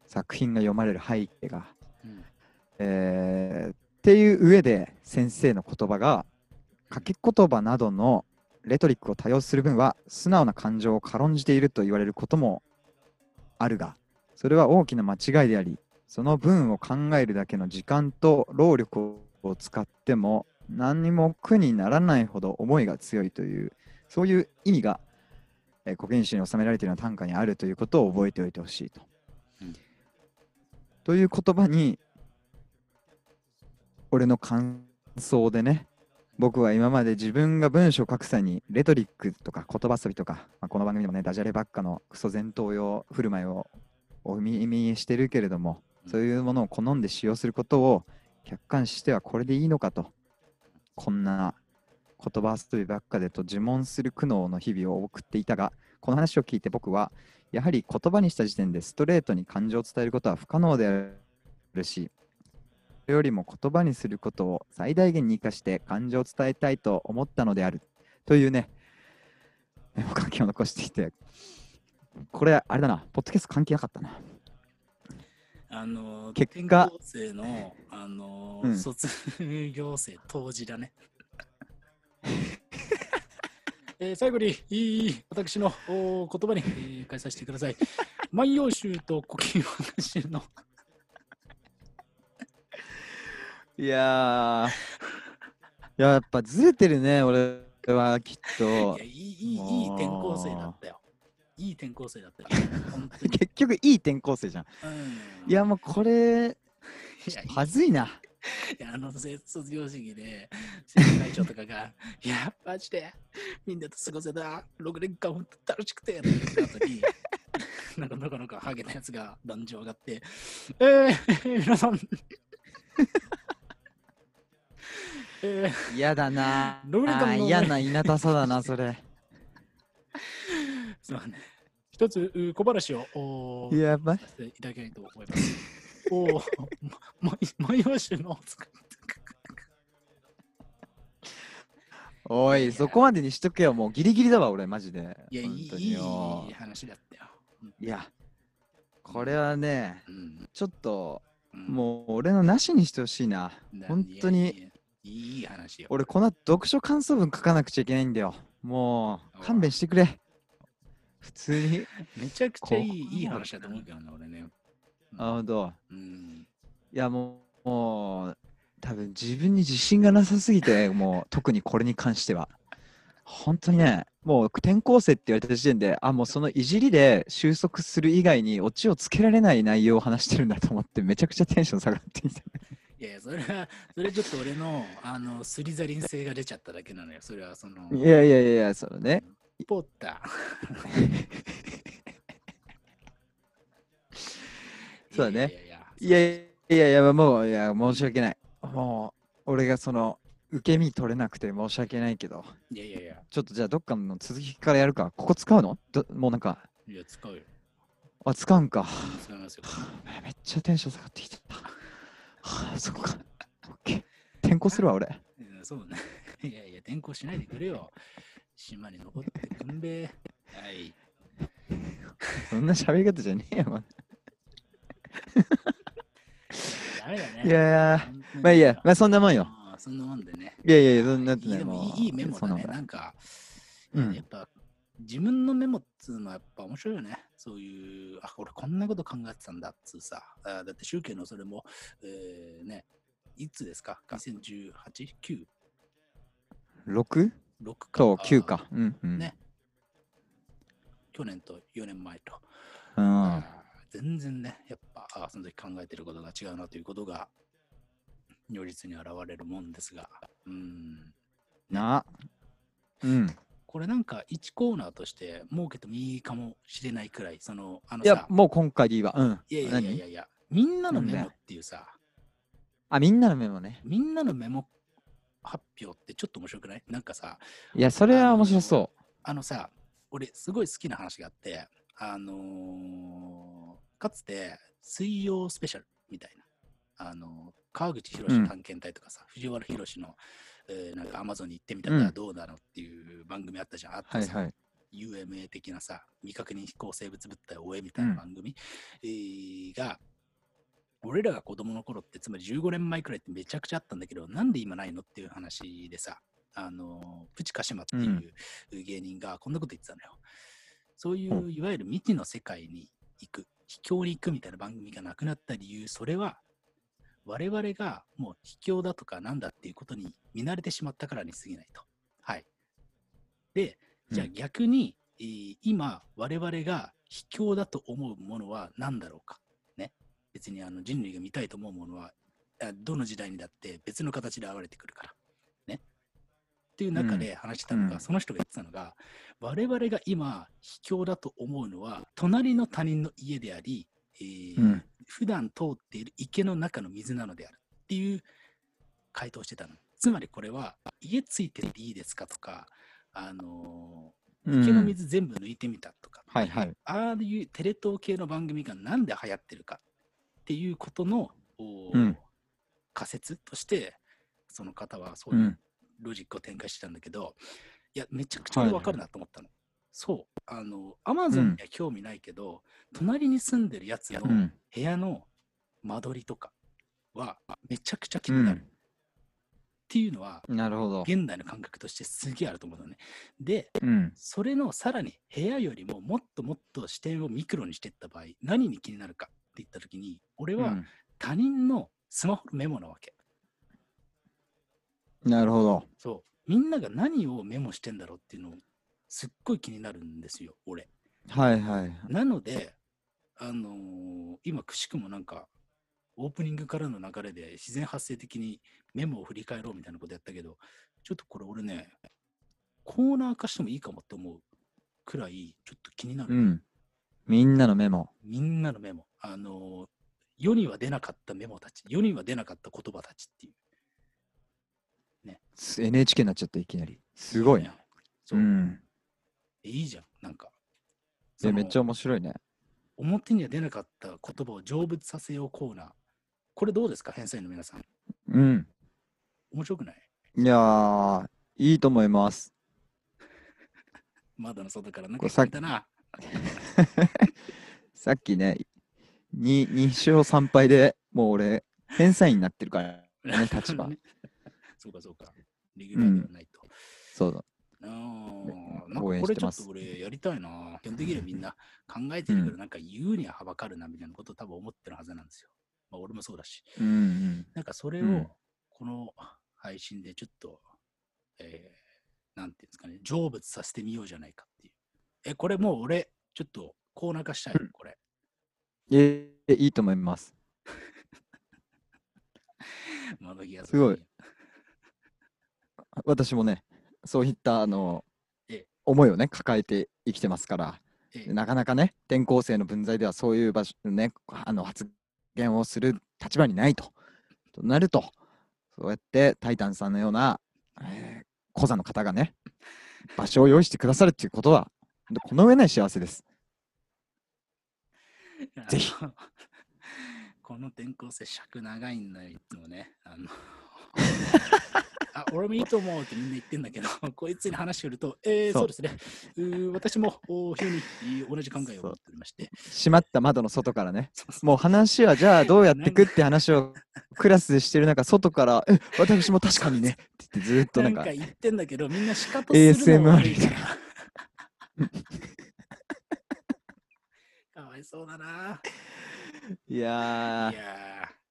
作品が読まれる背景が。
うん
えーっていう上で先生の言葉が書き言葉などのレトリックを多用する分は素直な感情を軽んじていると言われることもあるがそれは大きな間違いでありその文を考えるだけの時間と労力を使っても何にも苦にならないほど思いが強いというそういう意味が、えー古今集に収められているような短歌にあるということを覚えておいてほしいと。
うん
という言葉に俺の感想でね僕は今まで自分が文章を書く際にレトリックとか言葉遊びとか、まあ、この番組でもねダジャレばっかのクソ前頭用振る舞いをお耳にしてるけれども
うん
そういうものを好んで使用することを客観視してはこれでいいのかとこんな言葉遊びばっかでと自問する苦悩の日々を送っていたがこの話を聞いて僕はやはり言葉にした時点でストレートに感情を伝えることは不可能であるしそれよりも言葉にすることを最大限に生かして感情を伝えたいと思ったのであるというね、メモ書きを残していて、これ、あれだな、ポッドキャスト関係なかったな。
あのー、
結果
転校生の、あのー
うん
卒業生当時だね。 (laughs) えー最後にいい私のおー言葉に、えー変えさせてくだ
(laughs)
さい。万葉集と古今和歌集の
いやー、やっぱずれてるね、俺はきっと
いやい。いいい
もう
いい転校生だったよ。いい転校生だったよ。本当に
結局、いい転校生じゃん。
うん
いや、もうこれ、
いやい
はずいな。
いやあのせ卒業式で先輩長とかが (laughs) 「いやマジでみんなと過ごせた6年間ほんと楽しくて」って言った後に (laughs) なんかなかなかハゲたやつが壇上上がって「えー、皆さんえ
嫌だな。
ロールダウンの
あー嫌な稲田さだな、それ。
ー、すまんね一つう小話をおー
いや、やばい。
させ (laughs) ていただきたいと思い
(laughs)
ます。おお、ま、ま、万葉集の作っ
お
いや
い、そこまでにしとけよ。もうギリギリだわ、俺、マジで。
いや、い
本
い
当
い
に
い
よ
話だったよ。
いや、これはね、
うん、
ちょっと、
うん
もう俺のなしにしてほしいな。本当に、。
いい話よ。
俺、この後読書感想文書かなくちゃいけないんだよ。も
お
う、
い
勘弁してくれ。普通に。
めちゃくちゃいい
こう
いい話だと思うけどな、俺ね。
あ、ほんと。
うん。
いや、もう、もう、多分自分に自信がなさすぎて、もう、特にこれに関しては。本当にね、もう転校生って言われた時点で、あ、もうそのいじりで収束する以外にオチをつけられない内容を話してるんだと思って、めちゃくちゃテンション下がってきた。
いやいや、それは、 (laughs) それちょっと俺の、あの、スリザリン性が出ちゃっただけなのよ。それは、その、
いやいやいやいや、そのね、
ポッター。
(laughs) そうだね
いやいやいや
いやいやいや、もう、いや、申し訳ない。もう、俺がその、受け身取れなくて申し訳ないけど、
いやいやいや、
ちょっとじゃあ、どっかの続きからやるか。ここ使うのどもうなんか、
いや使うよ。
あ、使うんか。
使いますよ。
めっちゃテンション下がってきた。 (laughs) はあ、そこか。オッケー転校するわ、俺。
うんそうね。 (laughs) いやいや、転校しないでくれよ。島に残ってくんべ。はい。
そんな喋り方じゃねえよ、まだ
ダメだね。
いやいや、
本当に
まあいいや、まあそんなもんよ。
あーそんなもんでね。
いやいやいや、そんなって
いい
ね、
でも
もう。
いいいいメモ
そん
だ
な
ね。
もん
なんか、
うん
やっぱ自分のメモっつうのはやっぱ面白いよね。そういう、あ、俺こんなこと考えてたんだっつうさ。あだって宗教のそれも、えーね、いつですか ?2018?9?6
6
か。
と9か。うん、うん。
ね去年と4年前と。
うん。
全然ね、やっぱ、あその時考えてることが違うなということが、如実に現れるもんですが、うん、
なうん。
これなんか1コーナーとして設けてもいいかもしれないくらい、その、あの
いや
さ、、
もう今回でいいわ。うん。
いやいやいやい
何
やいや、みんなのメ
なん
モ
だ
っていうさ、
あ、みんなのメモね。
みんなのメモ発表ってちょっと面白くないなんかさ、
いや、それは面白そ
あのさ、俺すごい好きな話があって、あのーかつて水曜スペシャルみたいな、あのー川口博士探検隊とかさ、藤原博の、えーなんかアマゾンに行ってみたらどうなのっていう番組あったじゃん。あっ
う。
た
はい
さ
はい。
UMA 的なさ、未確認飛行生物物体を追えみたいな番組、えーが、俺らが子供の頃って、つまり15年前くらいってめちゃくちゃあったんだけど、なんで今ないのっていう話でさ、あの、プチカシマっていう芸人がこんなこと言ってたのよ。そういういわゆる未知の世界に行く、秘境に行くみたいな番組がなくなった理由、それは、我々がもう秘境だとかなんだっていうことに見慣れてしまったからに過ぎないと。はい。で、じゃあ
うん
逆に、えー今我々が卑怯だと思うものは何だろうか。ね。別にあの人類が見たいと思うものは、あどの時代にだって別の形で現れてくるから。ね。っていう中で話してたのが、
うん
その人が言ってたのが、我々が今卑怯だと思うのは、隣の他人の家であり、えー
うん。
普段通っている池の中の水なのであるっていう回答をしてたの。つまりこれは家ついてていいですかとか、あの
う
ー
ん
池の水全部抜いてみたとか、
はいはい。
ああいうテレ東系の番組がなんで流行ってるかっていうことの、おー
うん
仮説としてその方はそう
う。
いうんロジックを展開してたんだけど、いや、めちゃくちゃ俺分かるなと思ったの。そう、あの、アマゾンには興味ないけど、隣に住んでるやつの
うん。
部屋の間取りとかはめちゃくちゃ気
う
になるっ
ん。
ていうのは、
なるほど。
現代の感覚としてすげえあると思うのね。で、
うん。
それのさらに部屋よりももっともっと視点をミクロにしていった場合、何に気になるかって言った時に、俺
う
は
ん
他人のスマホのメモなわけ。
なるほど。
そう。みんなが何をメモしてんだろうっていうのをすっごい気になるんですよ、俺。
はいはい。
なので、あのー今くしくもなんかオープニングからの流れで自然発生的にメモを振り返ろうみたいなことやったけどちょっとこれ俺ねコーナー化してもいいかもって思うくらいちょっと気になる、
うん。みんなのメモ。
みんなのメモあのー世には出なかったメモたち世には出なかった言葉たちっていう
す NHK になっちゃった、いきなり。すごいな。
そう、
うん。
いいじゃんなんか
いやめっちゃ
その
面白いね。
表には出なかった言葉を成仏させようコーナーこれどうですか返済の皆さん
うん。
面白くない
いやー、いいと思います。
窓の外からなんか
これ
聞こえたな。
さっきね、に2勝3敗でもう俺、天才になってるから、ね、立場。
(laughs) そうかそうか。レギュラーではないと。
そうだ。
あー
ね
なん
応
か
援
これ
して
ちょ
ま
っ
す
と俺やりたいな。基本的にはみんな考えてるけ
う
ど、なんか言うにははばかるなみたいなことを多分思ってるはずなんですよ。まあ俺もそうだし。
うんうん。
なんかそれ
うん
をこの配信でちょっと、えーなんていうんですかね、成仏させてみようじゃないかっていう。え、これもう俺、ちょっとコーナー化したい、これ。
え、いいと思います。
窓際
すご
外
い
に
私もね、そういった、あの
ええ、
思いをね、抱えて生きてますから、
ええ
なかなかね、転校生の分際ではそういう場所、ね、あの発言をする立場にないと。となると、そうやってタイタンさんのような、えー、講座の方がね、場所を用意してくださるっていうことは、この上ない幸せです。ぜひ
あの。この転校生尺長いんだよ、いつもね。あ
(laughs)
のあ俺もいいと思うってみんな言ってんだけど、こいつに話を振ると、えー、
そ
そううですね。うー私もお非常にえー同じ考えを持っておりまして。
閉まった窓の外からね。
そうそう
もう話はじゃあどうやってくって話をクラスでしてる中、外から、え、私も確かにねって言ってずーっと
な
なん
ん
か
か、言ってんだけど、みんな仕方するの悪いから (laughs) かわいそうだな。
い
い
や
や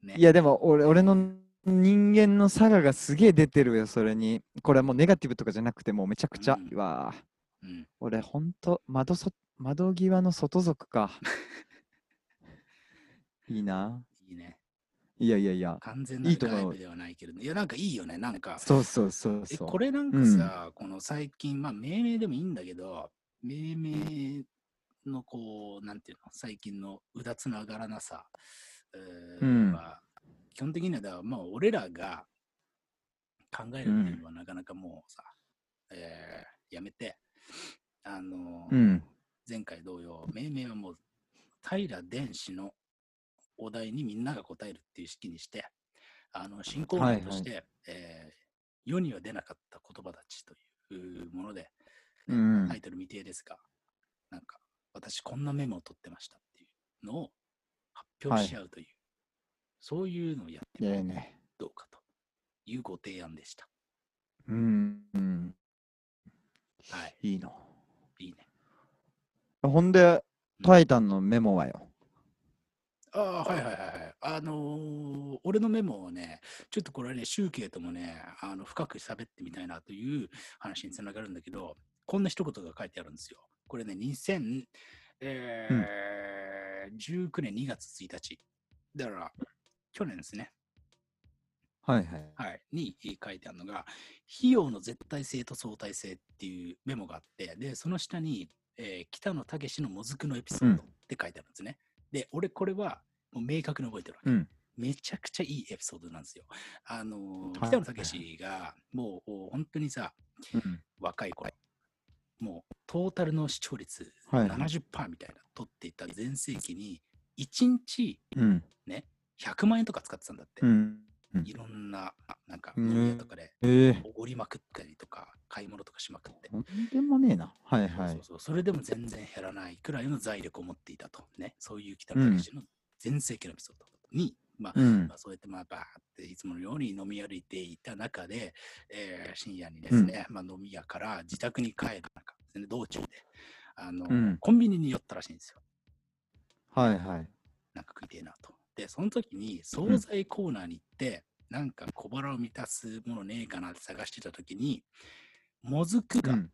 ー、ね
ー、いやでも俺俺の人間の差ががすげえ出てるよ、それに。これはもうネガティブとかじゃなくて、もうめちゃくちゃ
うん。
うわー
うん、
俺ほんと窓そ、窓際の外族か。 (laughs) いいな。
いいね。
いやいやいや。
完全
い
ない
と思う
外部ではないけれど、いや、なんかいいよね、なんか。
そうそうそう
え
そう。
これなんかさ、この最近、まあ命名でもいいんだけど、命名のこう、なんていうの、最近のうだつの上がらなさ、うー
うん
は基本的にはだから、まあ俺らが考えるっていうのはなかなかもうさ、えーやめて、あのー
うん。
前回同様、命名はもう平電子のお題にみんなが答えるっていう式にして、あの進行論として、えー世には出なかった言葉たちというもので、ね
うん
タイトル未定ですが、なんか私こんなメモを取ってましたっていうのを発表し合うという、そういうのをやって
い
み
やい
て
やね。
どうかというご提案でした。
うん。うん
はい、
いいな。
いいね。
ほんで、
うん
タイタンのメモはよ。
ああ、はいはいはいはい。あのー俺のメモをね、ちょっとこれはね、集計ともね、あの深く喋ってみたいなという話につながるんだけど、こんな一言が書いてあるんですよ。これね、2019、えー19年2月1日。だから、去年ですね。
はいはい。
はい、にえー書いてあるのが、費用の絶対性と相対性っていうメモがあって、で、その下に、えー北野武のもずくのエピソードって書いてあるんですね。で、俺これはもう明確に覚えてるわけ。
うん
めちゃくちゃいいエピソードなんですよ。あのー
はい
北野武がもうお本当にさ、
うん
若い頃、もうトータルの視聴率
はいはい。
70%みたいな、取っていた全盛期に、1日
うん。
100万円とか使ってたんだって。
うん。
いろんな、あなんか、
ね
飲み屋とかで
ええ。
おごりまくったりとか、買い物とかしまくって。
ほんでもねえな。はいは
そ。
いう
そうそれでも全然減らないくらいの財力を持っていたと。ね、そういう北野氏の全盛期のエピソードに、まあ、
うん
まあ、そうやってまあバーっていつものように飲み歩いていた中で、えー深夜にですね、まあ、飲み屋から自宅に帰る中ですね、道中であの、
うん
コンビニに寄ったらしいんですよ。
はいはい。
なんか食いてえなと。で、その時に惣菜コーナーに行って、なんか小腹を満たすものねえかなって探してた時に、もずく
う
が、
ん。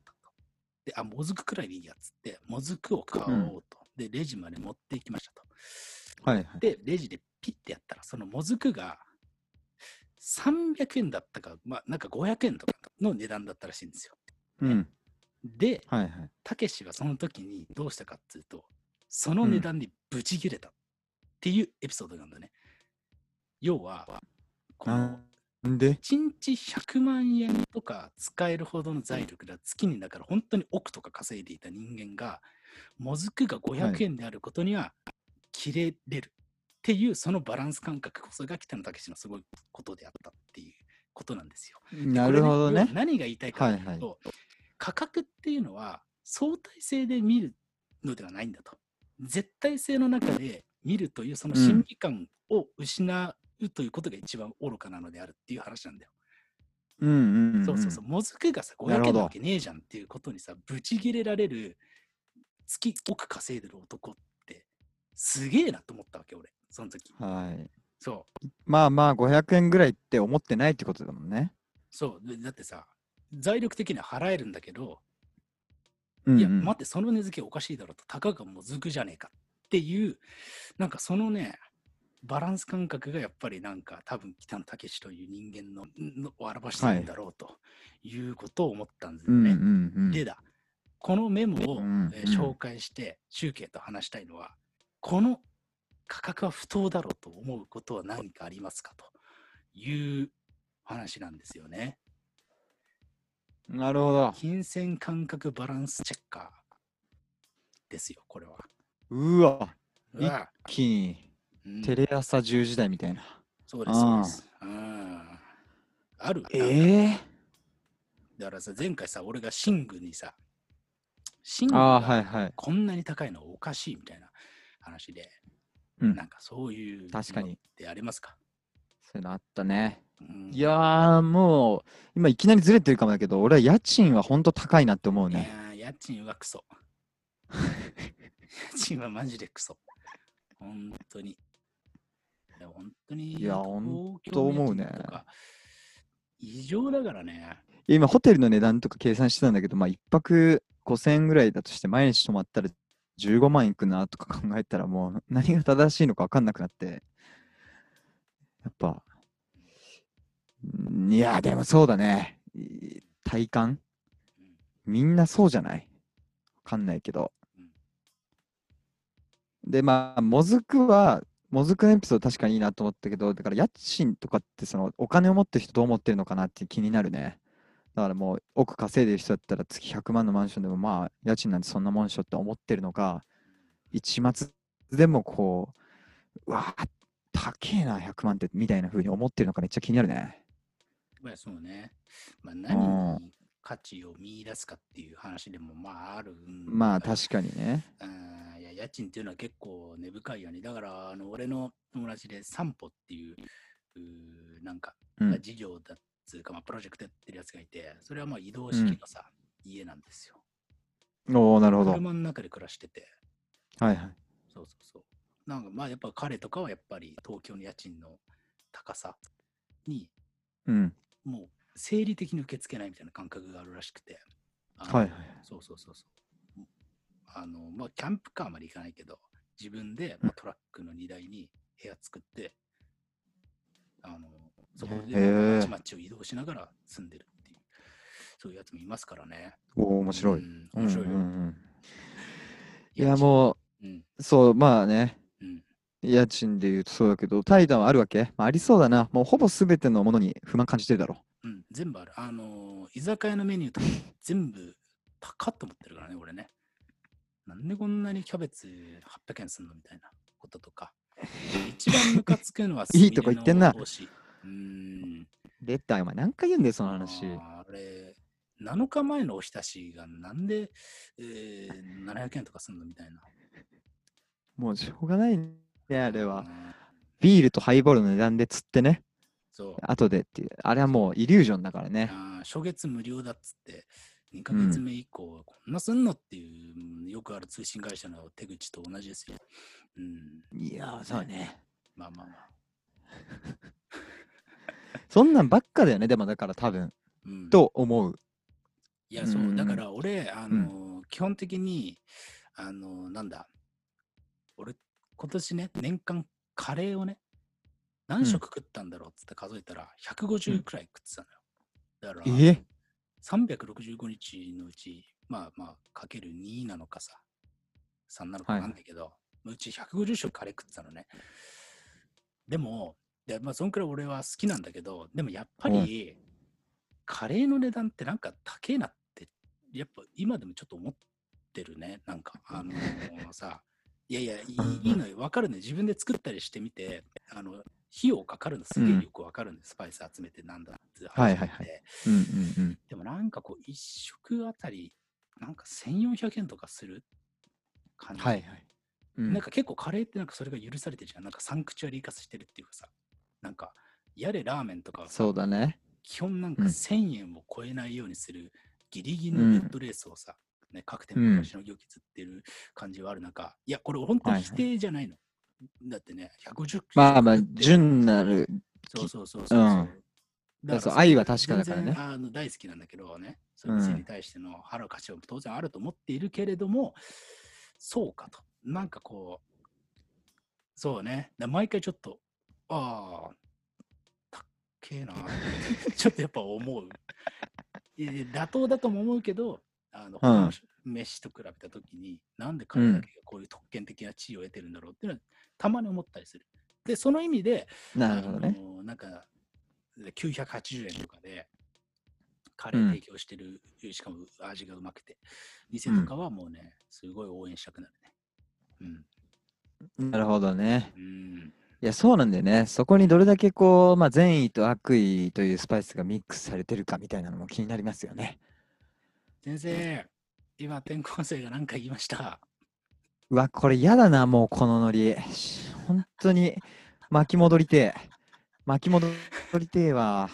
であ、もずくくらいでいいやっつって、もずくを買おうと。で、レジまで持っていきましたと。
はいはい。
で、レジでピッてやったら、そのもずくが300円だったか、まあ、なんか500円とかの値段だったらしいんですよ。
うん。
で、
はいはい。
たけしはその時にどうしたかっていうと、その値段にブチ切れたっていうエピソードなんだね。要は、この
なんで
1日100万円とか使えるほどの財力が月にだから本当に億とか稼いでいた人間が、もずくが500円であることには切れれるっていう、そのバランス感覚こそが北野武のすごいことであったっていうことなんですよ。
なるほど
これ要は
ね。
何が言いたいか
はいはい。
と価格っていうのは相対性で見るのではないんだと。絶対性の中で見るというその心理感を失うということが一番愚かなのであるっていう話なんだよ。
うんうんうん。
そうそうそう。もずくがさ、
な
500
るほ
円
ど
なわけねえじゃんっていうことにさ、ぶち切れられる月億稼いでる男ってすげえなと思ったわけ、俺。その時。
はい。
そう。
まあまあ、500円ぐらいって思ってないってことだもんね。
そう。でだってさ、財力的には払えるんだけど、
うんうん
いや、待って、その値付けおかしいだろと、たかがもずくじゃねえかっていう、なんかそのね、バランス感覚がやっぱりなんか多分北野武という人間ののを表してるんだろうということを思ったんです
う
よ
んう
ね。
んうん。
でだ、このメモを、
うん
えー
うん
紹介して、集計と話したいのは、この価格は不当だろうと思うことは何かありますかという話なんですよね。
なるほど。
金銭感覚バランスチェッカーですよ、これは。
うわ、
うわ
一気に。
うん
テレ朝10時台みたいな。
そうです、そうです。うんある
え
だからさ、前回さ、俺がシングにさ、シング
ああ、はい
が
はい。
こんなに高いのはおかしいみたいな話で、
うん
なんかそういう
確かに
のってありますか、
そういうのあったね。
うん
いやー、もう、今いきなりずれてるかもだけど、俺は家賃は本当高いなって思う
い
ね。
やー家賃はク
(laughs)
ソ。家賃はマジでクソ。本当に。いや、本当に。
いや
東京
当思うね
の家賃とか。異常だからね。
今、ホテルの値段とか計算してたんだけど、まあ、1泊5000円ぐらいだとして、毎日泊まったら15万いくなとか考えたら、もう何が正しいのか分かんなくなって。やっぱ、んいや、でもそうだね。い体感みんなそうじゃないわかんないけど
うん。
で、まあ、もずくは、もずくのエピソード確かにいいなと思ったけど、だから家賃とかって、そのお金を持ってる人どう思ってるのかなって気になるね。だからもう、奥稼いでる人だったら月100万のマンションでも、まあ、家賃なんてそんなもんでしょって思ってるのか、一末でもこう、うわあ、高えな、100万って、みたいな風に思ってるのかめっちゃ気になるね。
まあそうね。まあ何に価値を見出すかっていう話でもまああるんだから。
まあ、確かにね。
うんいや家賃っていうのは結構根深いよね。だから、あの俺の友達で散歩っていう、うーなんか、
うん
まあ事業だっつうか、まあ、プロジェクトやってるやつがいて、それはまあ移動式のさ、家なんですよ。
おおなるほど。はい
車の中で暮らしてて、
はい。
そうそうそう。なんかまあやっぱ彼とかはやっぱり東京の家賃の高さに
うん。
もう生理的に受け付けないみたいな感覚があるらしくて。あの
はいはい。
そうそうそうそう。あの、まあ、キャンプカーまで行かないけど、自分で、まあ、トラックの荷台に部屋作って、あの、そこ
へえ
で、ちまちを移動しながら住んでるっていう、そういうやつもいますからね。
おお面白
う
い。
ん面白いよ。
うんうんうんい
家
や
賃
も
うん。
うそうまあね
うん。
家賃で言うとそうだけど怠惰はあるわけ、まあ、ありそうだなもうほぼ全てのものに不満感じてるだろ
うん。全部ある。あの、居酒屋のメニューとか全部高っと思ってるからね、俺ね。なんでこんなにキャベツ800円すんのみたいなこととか。一番ムカつくのは
(laughs) いいとこ行ってんな
スミレの帽子うーん。
うレッターお前何回言うんだよその話
あーあれ、7日前のおひたしがなんで、えー、700円とかすんのみたいな。
もうしょうがないねあれ
う
は
ん
ビールとハイボールの値段で釣ってね
そう。
後でっていうあれはもうイリュージョンだからね
あー初月無料だっつって、2ヶ月目以降、こんなすんのっていう、うんよくある通信会社の手口と同じですよ。うん。
いやーそうね
まあまあまあ。
そんなんばっかだよねでもだから多分
うん、
と思う
いや、そうう、
ん
だから俺、あの、基本的に、あの、なんだ、俺、今年ね、年間カレーをね、何食食ったんだろうっつって数えたら、
うん
150くらい食ってたのよ。だから、
え
365日のうち、まあまあ、かける2なのかさ、3なのか
はい
なんだけど、うち150食カレー食ってたのね。でも、でまあ、そんくらい俺は好きなんだけど、でもやっぱり、カレーの値段ってなんか高えなって、やっぱ今でもちょっと思ってるね。なんか、あのーさ、いやいや、いいいのよ。わかるね。自分で作ったりしてみて、あの、費用かかるのすげえよくわかるんで、スパイス集めてなんだって話
はいはいは
なん
い
で
うんうんうん
でもなんかこう、一食あたり、なんか1400円とかする感じ。
はいはい、うん
なんか結構カレーってなんかそれが許されてるじゃん。なんかサンクチュアリー化してるっていうかさ、なんか、やれラーメンとかはさ
そうだね
基本なんか
うん
1000円を超えないようにするギリギリ
う
の
ん
レッドレースをさ、ね、各店
うん
舗がしのぎを削ってる感じはある中、いや、これ本当
はいは
に
い
否定じゃないの。だってね、150
まあまあ
食って
純なる
そうそうそうそう。
うん
だ
そう
から
愛は確かだからね
全然あの大好きなんだけどね、その店に対しての腹を貸しは当然あると思っているけれども、そうかと。なんかこう、そうね、だ毎回ちょっと、ああ、たっけえな、 (laughs) ちょっとやっぱ思う。いやいや妥当だとも思うけど、あの、
うん
飯と比べたときに、なんで彼だけがこういう特権的な地位を得てるんだろうっていうのは、たまに思ったりする。で、その意味で、
なるほどね
あのなんか、980円とかで、カレー提供してる、しかも味がうまくて、店とかはもうね、すごい応援したくなるね。うん。
なるほどね。
うん。
いや、そうなんだよね。そこにどれだけこう、まあ、善意と悪意というスパイスがミックスされてるかみたいなのも気になりますよね。
先生、今、転校生が何か言いま
(laughs)
した。
うわ、これ嫌だな、もうこのノリ。し本当に巻き戻りてえ。巻き戻りてえわ。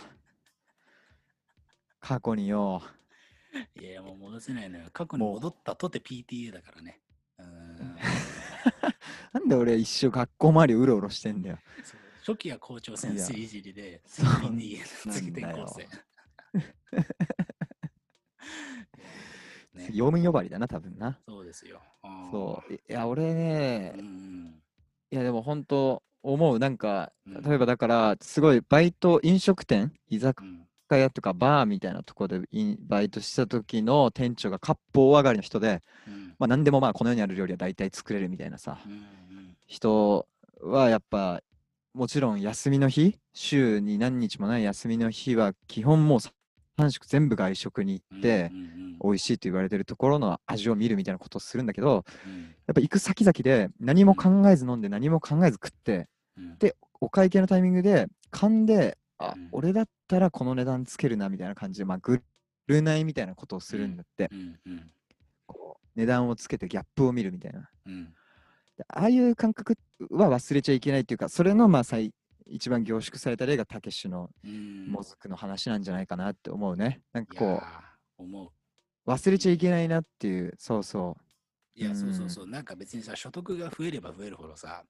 過去によ。
いや、もう戻せないのよ。過去に
もう
戻ったとて PTA だからね。
(laughs)
うん。
なんで俺一生学校周りうろうろしてんだよ。
そう初期は校長先生
い
いじりで、
そ
次 PTA
う
の次
なん
転
だよ
校生。
(laughs)
ね
用務員呼ばわりだな、多分な。
そうですよ。あー
そう。いや、俺ね
う、ん
いやでも本当思う。なんか、
うん
例えばだから、すごいバイト、飲食店、居酒
うんうん
居酒屋とかバーみたいなところでインバイトした時の店長が割烹上がりの人で、
うん
まあ、何でもまあこの世にある料理は大体作れるみたいなさ
うんうん
人はやっぱもちろん休みの日週に何日もない休みの日は基本もう3食全部外食に行って
うんうん
美味しいと言われてるところの味を見るみたいなことをするんだけど
うん
やっぱ行く先々で何も考えず飲んで何も考えず食って
うん
でお会計のタイミングで噛んであ、
うん
俺だったらこの値段つけるなみたいな感じで、まあ、ぐるないみたいなことをするんだって、
うんうん
こう値段をつけてギャップを見るみたいな
うん
でああいう感覚は忘れちゃいけないっていうかそれのまあ最一番凝縮された例がたけしの
うん
もずくの話なんじゃないかなって思うね、なんか
いや
こ
ー思う。
う忘れちゃいけないなっていうそうそ
いや、そうそう
うん
そう。なんか別にさ、所得が増えれば増えるほどさ、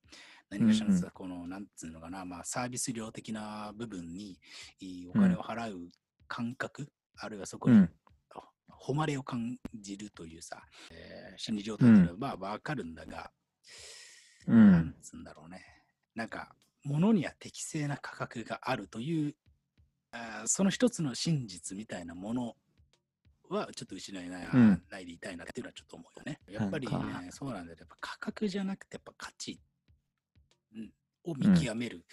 何かしらの
うんうん
さ、この、なんつうのかな、まあ、サービス料的な部分にいいお金を払う感覚、あるいはそこ
う、う
に、
ん、
誉れを感じるというさ、えー心理状態ならまあわかるんだが、
うん
なんつうんだろうね。なんか、物には適正な価格があるという、あーその一つの真実みたいなものはちょっと失いな,、
うん
ないでいたいなっていうのはちょっと思うよね。やっぱり、ね
なん、
そうなんだよ。やっぱ価格じゃなくて、やっぱ価値うんを見極める、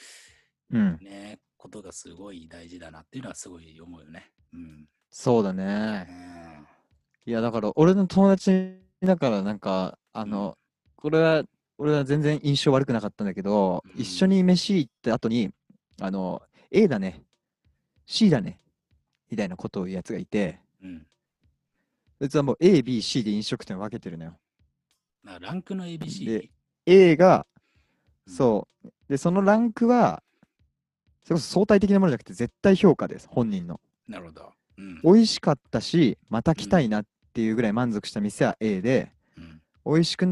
うん、
ねことがすごい大事だなっていうのはすごい思うよね。うん。
そうだ
う
ね
ん
いやだから俺の友達だからなんかあの、これは俺は全然印象悪くなかったんだけど、一緒
うん
に飯行った後にあの A だね C だねみたいなことを言うやつがいて
うん
別はもう ABC で飲食店を分けてるのよ
まあランクの ABC。
で A が
うん
そうでそのランクはそれこそ相対的なものじゃなくて絶対評価です本人の
なるほど。うん。
美味しかったしまた来たいなっていうぐらい満足した店は A で、
うん
美味しく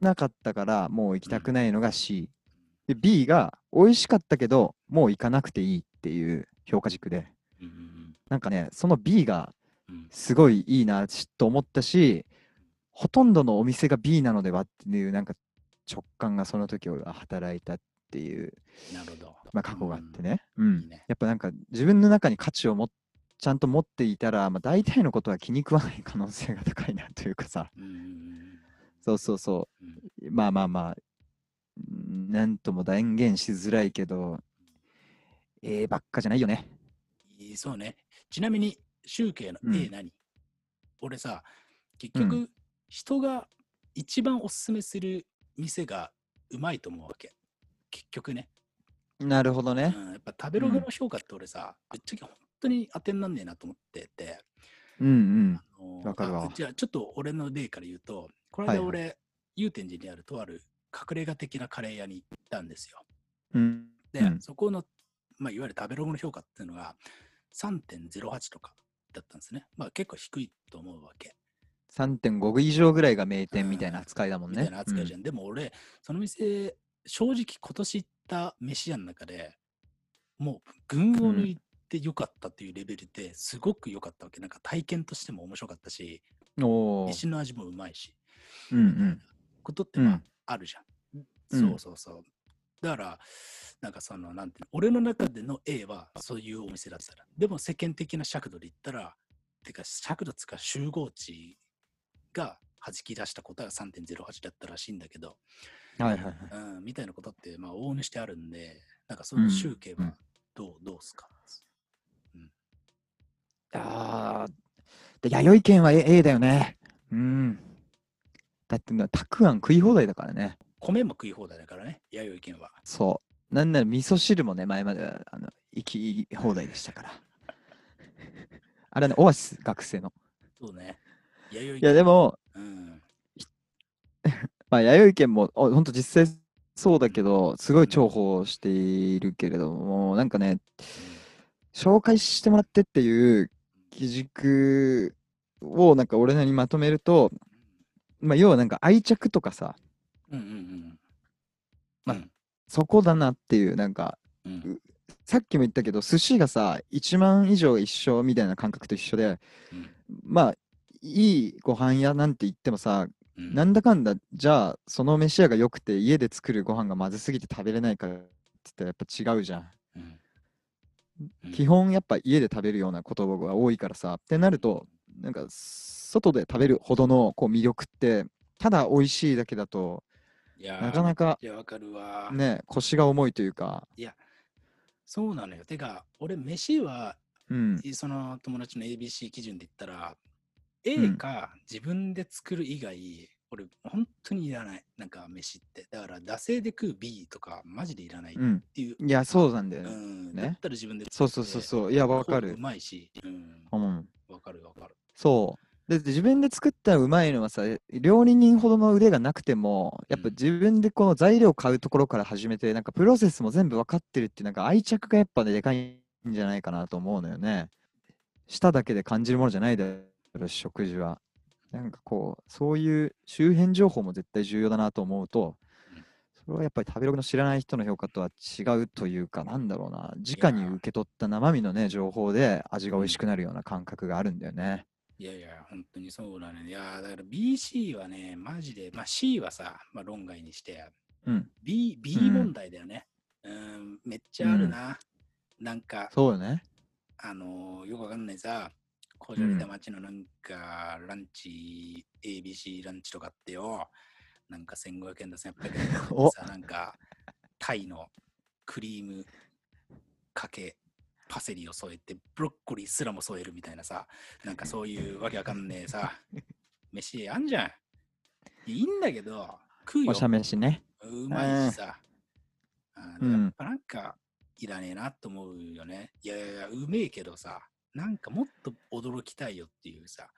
なかったからもう行きたくないのが C、で B が美味しかったけどもう行かなくていいっていう評価軸で
うんうん
なんかねその B が
うん
すごいいいなちと思ったしほとんどのお店が B なのではっていうなんか直感がその時は働いたっていう、
なるほど。
まあ、過去があって
ね。
ね,、うん
いいね
やっぱなんか自分の中に価値をもちゃんと持っていたら、まあ、大体のことは気に食わない可能性が高いなというか
(laughs)
さ
うんうん
そうそうそう
うん
まあまあまあ、うんなんとも断言しづらいけど、ええばっかじゃないよね。
うんいいそうね。ちなみに、集計の
うん
A 何、俺さ、結局、
う
人が一番おすすめする店がうまいと思うわけ。結局ね。
なるほど
うん、
ね。
やっぱ食べログの評価って俺さ、ぶっちゃけ本当に当てになんねえなと思ってて。
うんうん。
あの
わかるわ
あじゃあちょっと俺の例から言うと、これ
は
で
いはい
俺、祐天寺にあるとある隠れ家的なカレー屋に行ったんですよ。
うん、
で、
うん
そこの、まあ、いわゆる食べログの評価っていうのが3.08とかだったんですね。まあ結構低いと思うわけ。
3.5以上ぐらいが名店みたいな扱いだもん
み
ね。
たいな扱いじゃん。でも俺、その店、正直今年行った飯屋の中でもう群を抜いて良かったっていうレベルですごく良かったわけ。なんか体験としても面白かったし、
うんおー
飯の味もうまいし。
うんうん。
ことって
うん
まああるじゃん。
うん
そうそうそう。だから、なんかその、なんていうの、俺の中での A はそういうお店だったら。でも世間的な尺度で言ったら、てか尺度つか集合値が弾き出したことが3.08だったらしいんだけど、
はいはいはい。
うん、みたいなことって、まあ、往々にしてあるんで、なんかそうの
ん
集計
うん
はどう、どうっすか
あーで、弥生県は A, A だよね。うん。だってな、たくあん食い放題だからね。
米も食い放題だからね、弥生県は。
そう。なんなら味噌汁もね、前まではあの行き放題でしたから。 (laughs) あれはね、オアシス学生の。
そうね。弥生
いや、でも、
うん。
まあ、弥生県も、あほんと実際そうだけど、すごい重宝しているけれども、なんかね、紹介してもらってっていう基軸を、なんか俺なりにまとめると、まあ、要はなんか愛着とかさ、
うんうんうん。
まあ
うん
そこだなっていう、なんか、
うん
さっきも言ったけど、寿司がさ、1万以上一緒みたいな感覚と一緒で、
うん
まあ、いいご飯屋なんて言ってもさ、
うん
なんだかんだ、じゃあ、その飯屋が良くて、家で作るご飯がまずすぎて食べれないからって言ったらやっぱ違うじゃん。
うん
基本、やっぱ家で食べるような言葉が多いからさ。ってなると、なんか、外で食べるほどのこう魅力って、ただ美味しいだけだと、
いやー
なかなか
いや、わかるわ。
ね、腰が重いというか、
そうなのよ。てか、俺、飯は、
うん、
その友達の ABC 基準で言ったら、
う
A
ん
か自分で作る以外、俺、本当にいらない。なんか、飯って。だから、惰性で食う B とか、マジでいらないっ
うん。
ていう。
いや、そうなんだよ
う
ね。
ん。
ね
だったら自分で
そうそうそうそう。いや、わか
う
る。
まいし。うん。
うん。
わかるわかる。
そう。だって自分で作ったらうまいのはさ、料理人ほどの腕がなくても、やっ
う
ぱ
ん
自分でこの材料買うところから始めて、なんかプロセスも全部分かってるって、なんか愛着がやっぱね、でかいんじゃないかなと思うのよね。舌だけで感じるものじゃないだろうし、食事は。なんかこう、そういう周辺情報も絶対重要だなと思うと
うん、
それはやっぱり食べログの知らない人の評価とは違うというか、なんだろうな、直に
やー
受け取った生身のね、情報で味が美
うん
味しくなるような感覚があるんだよね。
いやいや、本当にそうだね。いやー、だから BC はね、マジで、まあ C はさ、まあ論外にして、
うん。
B、B
うん
問題だよね。うん、めっちゃあるな。なんか、
そうよね。
あのーよくわかんないさ、こじゃれた街のなんか、ランチ、ABC ランチとかあってよ、なんか1500円だ、1800円だ
(laughs) お
さ、なんか、タイのクリームかけ、パセリを添えて、ブロッコリーすらも添えるみたいなさ、なんかそういうわけわかんねえ
(laughs)
さ、飯あんじゃん。いいんだけど、食うよ
お。しゃ飯ね。
うまいしさ。あ
う
ー
ん
やっぱなんか、いらねえなと思うよね。いやいやいや、うめえけどさ、なんかもっと驚きたいよっていうさ。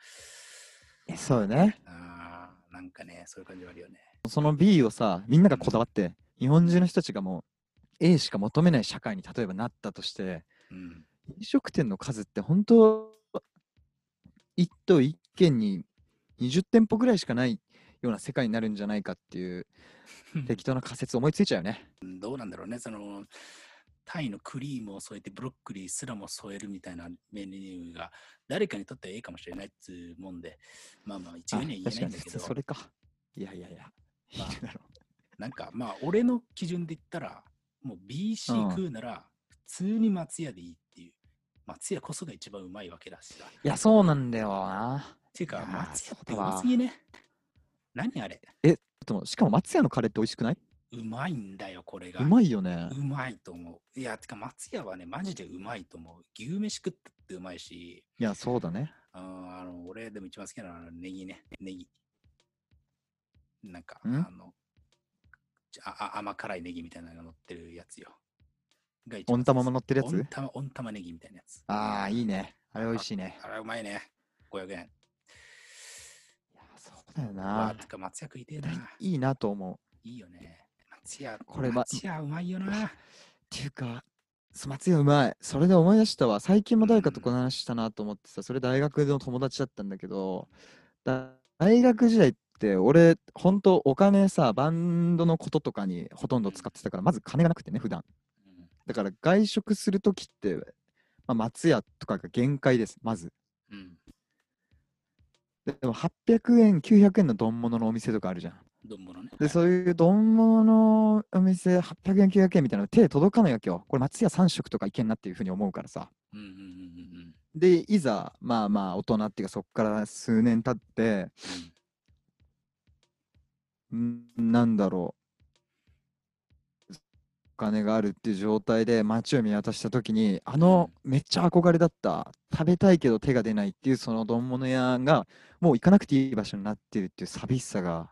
そうよね。
あーなんかね、そういう感じはあるよね。
その B をさ、みんながこだわって、日本中の人たちがもう A しか求めない社会に例えばなったとして、
うん。
飲食店の数って本当、1都1県に20店舗ぐらいしかないような世界になるんじゃないかっ
(laughs)
ていう適当な仮説思いついちゃうよね。
どうなんだろうね、その、タイのクリームを添えてブロッコリーすらも添えるみたいなメニューが誰かにとってはええかもしれないっつうもんで、まあまあ一
あ
概には言え
確
ないん
かに
だけ
そ
ど、
それか。いやいやいや。い
まあ
るだろ
なんかまあ俺の基準で言ったら、もう BC
うん
食うなら普通に松屋でいいっていう。松屋こそが一番うまいわけだしさ。っ
(laughs) いや、そうなんだよな。
ていうか
いやー
松屋って
そう
う
だわ
ますぎね。何あれ
でもしかも松屋のカレーって美味しくないう
まいんだよ、これが。
うまいよね。
うまいと思う。いや、てか松屋はね、マジでうまいと思う。牛飯食ったってうまいし、
いや、そうだね。
あーあの俺でも一番好きなのはネギね。ネギ。なんか、
ん
あの、ちょああ甘辛いネギみたいなのが乗ってるやつよ。が一番
温
好き
玉も乗ってるや
温
つ
玉温玉ネギみたいなやつ。
ああ、いいね。あれ美
美
味しいね。
あれうまいね。500円。
いやそうだよ
あ
な。
てか松屋食いてえ
だ。
ない
いいなと思う。っ
いいよね。松屋、
これま
松屋うまいよな。
ていうか、す松屋うまい。それで思い出したわ。最近も誰かと
うん
この話したなと思ってさ、それ大学の友達だったんだけど、だ大学時代って俺、ほんとお金さ、バンドのこととかにほとんど使ってたから、まず金がなくてね、普段。
うん
だから外食するときって、まあ、松屋とかが限界です、まず。
うん。
ででも800円、900円の丼物のお店とかあるじゃん。
丼物ね。
で、そういう丼物のお店、800円、900円みたいなの手届かないわけよ。これ、松屋3食とかいけんなっていうふうに思うからさ。
うんうんうんうんうん。
で、いざ、まあまあ、大人っていうか、そっから数年経って、んなんだろう。お金があるっていう状態で街を見渡した時にあのめっちゃ憧れだった食べたいけど手が出ないっていうその丼物屋がもう行かなくていい場所になってるっていう寂しさが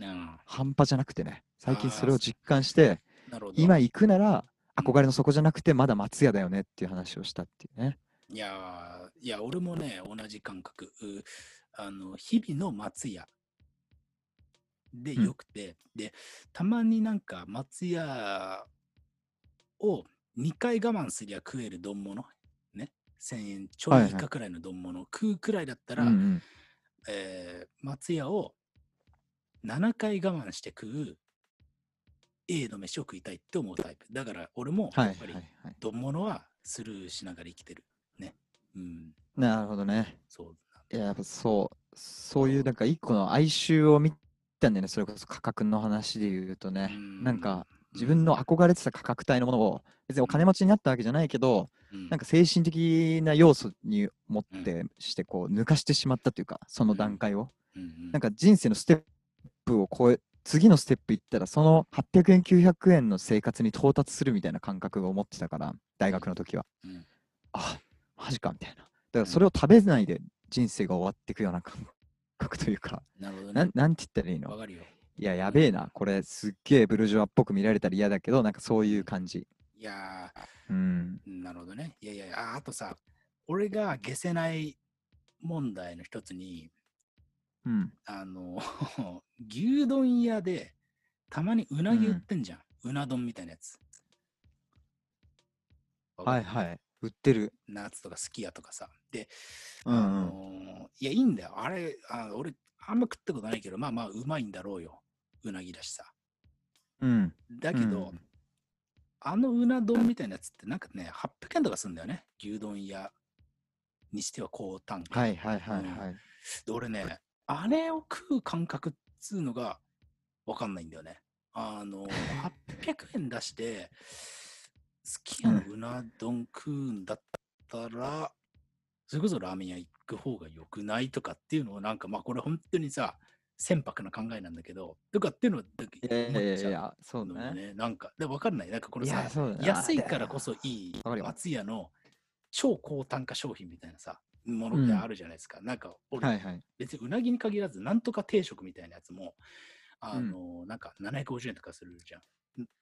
うん。うん
半端じゃなくてね最近それを実感して、
なるほど。
今行くなら、憧れのそこじゃなくて、まだ松屋だよねっていう話をしたっていうね。
いやー、いや、俺もね、同じ感覚。うあの、日々の松屋で
うん
よくて、で、たまになんか松屋を2回我慢すりゃ食える丼物、ね、1000円ちょ
はい
い
はい
以下くらいの丼物、食うくらいだった
う
ら、
んうん、
えー松屋を7回我慢して食う A の飯を食いたいって思うタイプ。だから、俺も
は
や
いは
っ
い
ぱり
はい。
丼物はスルーしながら生きてる。ね。うん。
なるほどね。
そうなん
いや、やっぱそう、そういうなんか一個の哀愁を見たんだよね、それこそ価格の話で言うと
だ
ね。なんか、、自
う
分
ん
の、憧れてた価格帯のものを、別にお金持ちになったわけじゃないけど、な
か、
んか精神的な要素に持ってして、こう、抜かしてしまったというか、その段階を。なん
か、
か人生のステップを超え、次のステップ行ったら、その800円、900円の生活に到達するみたいな感覚を持ってたから、大学の時は。
うん
あ、マジかみたいな。だからそれを食べないで人生が終わっていくような感覚というか、
なるほど
な
ね
ん。なんて言ったらいい
わ
の
かるよ。
いや、やべえな。これすっげえブルジョアっぽく見られたら嫌だけど、なんかそういう感じ。
いや
うん。
ー、なるほどね。いやいやいや、ああとさ、俺が消せない問題の一つに、
うん。
あの、 (laughs) 牛丼屋で、たまにうなぎ売
う
っ
ん
てんじゃん。うな丼みたいなやつ。わか
は
る
いはい。売ってる。
夏とかスキヤとかさ。で、
うんうん
あのーいや、いいんだよ。あれ、あ俺、あんま食ったことないけど、まあまあ、うまいんだろうよ。うなぎだしさ。
うん。
だけど、
うん
あのうな丼みたいなやつって、なんかね、800円とかするんだよね。牛丼屋にしては高単価。
はいはいはい
うん
はい。
で俺ね、あれを食う感覚っつうのが分かんないんだよね。あ
(laughs)
の、800円出して、好きなうな丼食うんだったら、それこそラーメン屋行く方が良くないとかっていうのをなんか、まあこれ本当にさ、船舶な考えなんだけど、とかっていうのをなんか
いやいやい
思っ
や
ち
い
ゃう
や、そう
のも
ね。
ね、なんか、で分かんない。なんかこれ
い
さ
や、、そうだね
安いからこそいい
わかるよ
松屋の超高単価商品みたいなさ、ものってあるじゃないですか。なんか、俺、
はいはい。
別にうなぎに限らず、なんとか定食みたいなやつも、あの、なんか750円とかするじゃん。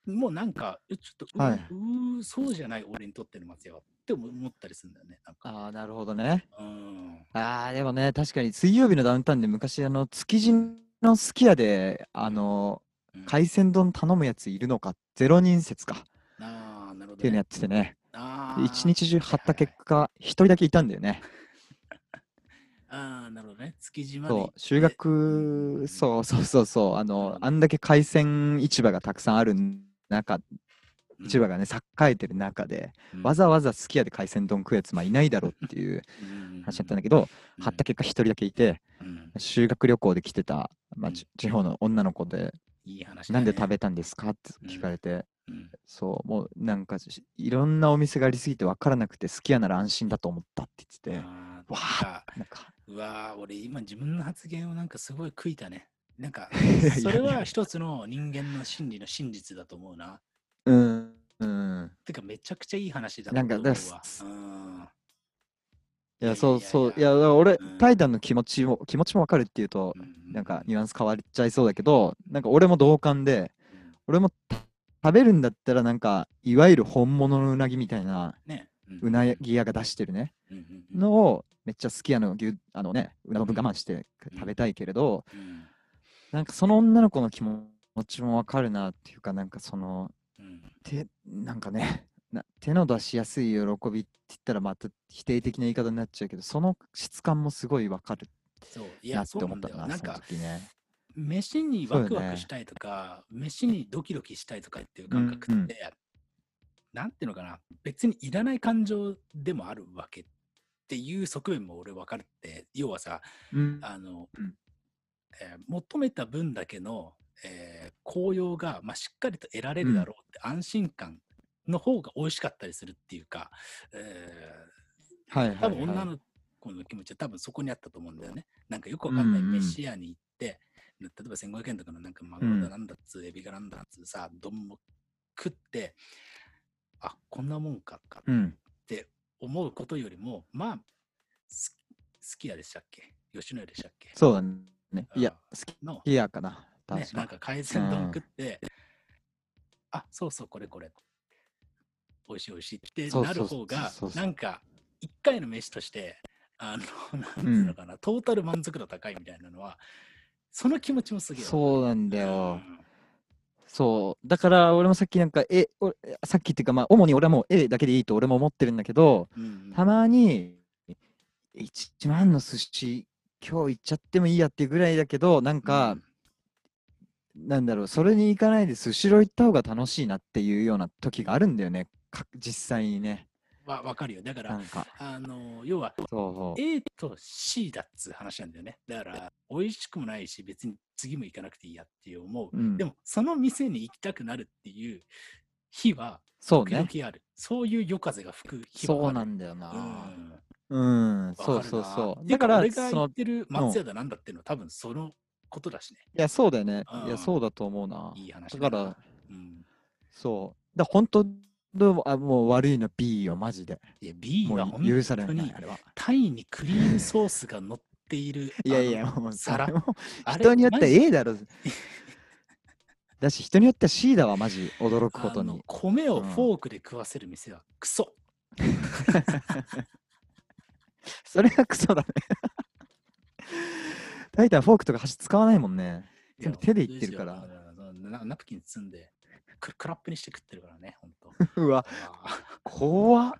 んもうなんか、えちょっと、う
はいう
ーそうじゃない俺にとっての松屋はって思思ったりするんだよね。なんか、
ああ、なるほどね。
うん。
ああ、でもね、確かに水曜日のダウンタウンで昔、あの、築地のすき家で、あの、
うん
海鮮丼頼むやついるのか、ゼロ人説か、っ
ああ、なるほど、ね。
ていうのやっててね、
あ
で
ー
一日中張った
はいはい
結果、一人だけいたんだよね。
あー、なるほどね。築地まで行
そ
って。
う、修学、そうそうそうそう、あの、あんだけ海鮮市場がたくさんある中、
うん、
市場がね、栄えてる中で、
うん
わざわざすき家で海鮮丼食うやつ、まあ、いないだろうっていう話だったんだけど、張った結果、一人だけいて、
うんうん
修学旅行で来てた、
う
まあ、
ん
ち地方の女の子で、
いい話だ
なんで
ね
食べたんですかって
うん
聞かれて、
うん
そう、もうなんかしいろんなお店がありすぎて分からなくて、好きやなら安心だと思ったって言ってて、
あー
わ
なんか
なんか、
うわー俺今自分の発言をなんかすごい悔いたね。なんか
(laughs) いやいやいや
それは一つの人間の心理の真実だと思うな。
うん、うん。
てかめちゃくちゃいい話だった
なん
と
か
思うわ。
だす
うん
い
いや
や、そうそう、
い
い
や
や、だから俺、
うん
タイタンの気持ちも、気持ちも分かるっていうと、なんかニュアンス変わっちゃいそうだけど、なんか俺も同感で、
うん
俺もた食べるんだったら、なんか、いわゆる本物のうなぎみたいな、
ね、
うなぎ屋が出してるね、
うんうんうん
のを、めっちゃ好きやの牛、あのね、うな丼我慢して食べたいけれど、
うん
なんかその女の子の気持ちも分かるなっていうか、なんかその、
うん
手なんかね (laughs) な手の出しやすい喜びって言ったらまた否定的な言い方になっちゃうけどその質感もすごいわかる
そうい
な
や
って
そうな
思
ん
っ
だ
た
よ
な
なん
その
か
時ね
飯に
そう
ワ
よ
ク
ね
ワクしたいとか、飯にドキドキしたいとかっていう感覚って、
うんうん
なんていうのかな、別にいらない感情でもあるわけっていう側面も俺分かるって、要はさ、
うん
あの、
うん
えー求めた分だけの、えー紅葉が、まあ、しっかりと得られるだろうって安心感の方が美味しかったりするっていうか、えー
はいはい、はい、
多分女の子の気持ちは多分そこにあったと思うんだよね。なんかよくわかんない
うんうん
飯屋に行って、例えば1500円とかのなんかマグロだなんだっつう、エビがなんだっつうさ、丼も食って、あ、こんなもんかかっ
うん
て思うことよりも、まあ、す好きやでしたっけ吉野家でしたっけ
そうだねいや
あ
好
の、
きやかな
ね、
確か
なん
に。
か海鮮丼食って、あそうそう、これこれ、美味しい美味しいって
そう
なる
そ
方
う
が
そう、そう
なんか、一回の飯として、あの、 (laughs) なんていうのかな、トータル満足度高いみたいなのは、その気持ちもすげえわかる。
そうなんだ
う
よ。
ん
そう。だから俺もさっきなんか、え、おさっきっていうか、まあ、主に俺はもう絵だけでいいと俺も思ってるんだけど、
うん
たまに、1万の寿司、今日行っちゃってもいいやっていうぐらいだけど、なんか、なんだろう、それに行かないでスシロー行った方が楽しいなっていうような時があるんだよね、か実際にね。
わわかるよ。だか
な
ら、
んか、
あの、要は、
そうそう
A と C だっつう話なんだよね。だから、美味しくもないし、別に次も行かなくていいやって思う。
うん
でも、その店に行きたくなるっていう日は、
そう
時々
ね。
ある。そういう夜風が吹く日はある。
そうなんだよな。
うん
うん、
わかる
そう
な
そうそう。
て
だ
か
から、
俺が
そ
言
の、
っ
い
てる松屋だなんだっていうのは、多分そのことだしね。
や、そうだよね。いうや、
ん
そうだと思うな。
いい話
だ
だな
から、
うん。
そう。だから本当どうもあ、もう悪いの B よ、マジで。
いや、B
も
は
う
本
許され
当
ない、
に
あ、れは。
タイにクリームソースが乗っている。
いやい
あ
や、
の
もうそ
皿
れも、
あれ
人によって
マジ
A だろ。だし、人によっては C だわ、マジ、驚くこ
あ
と
の
に。
米を
うん
フォークで食わせる店はクソ。
それがクソだね。タイタンフォークとか箸使わないもんね。
いや
全部手でいってるから
本当ですよあのなナプキン包んで、ククラップにして食ってるからね、本当。
うわ、怖っ。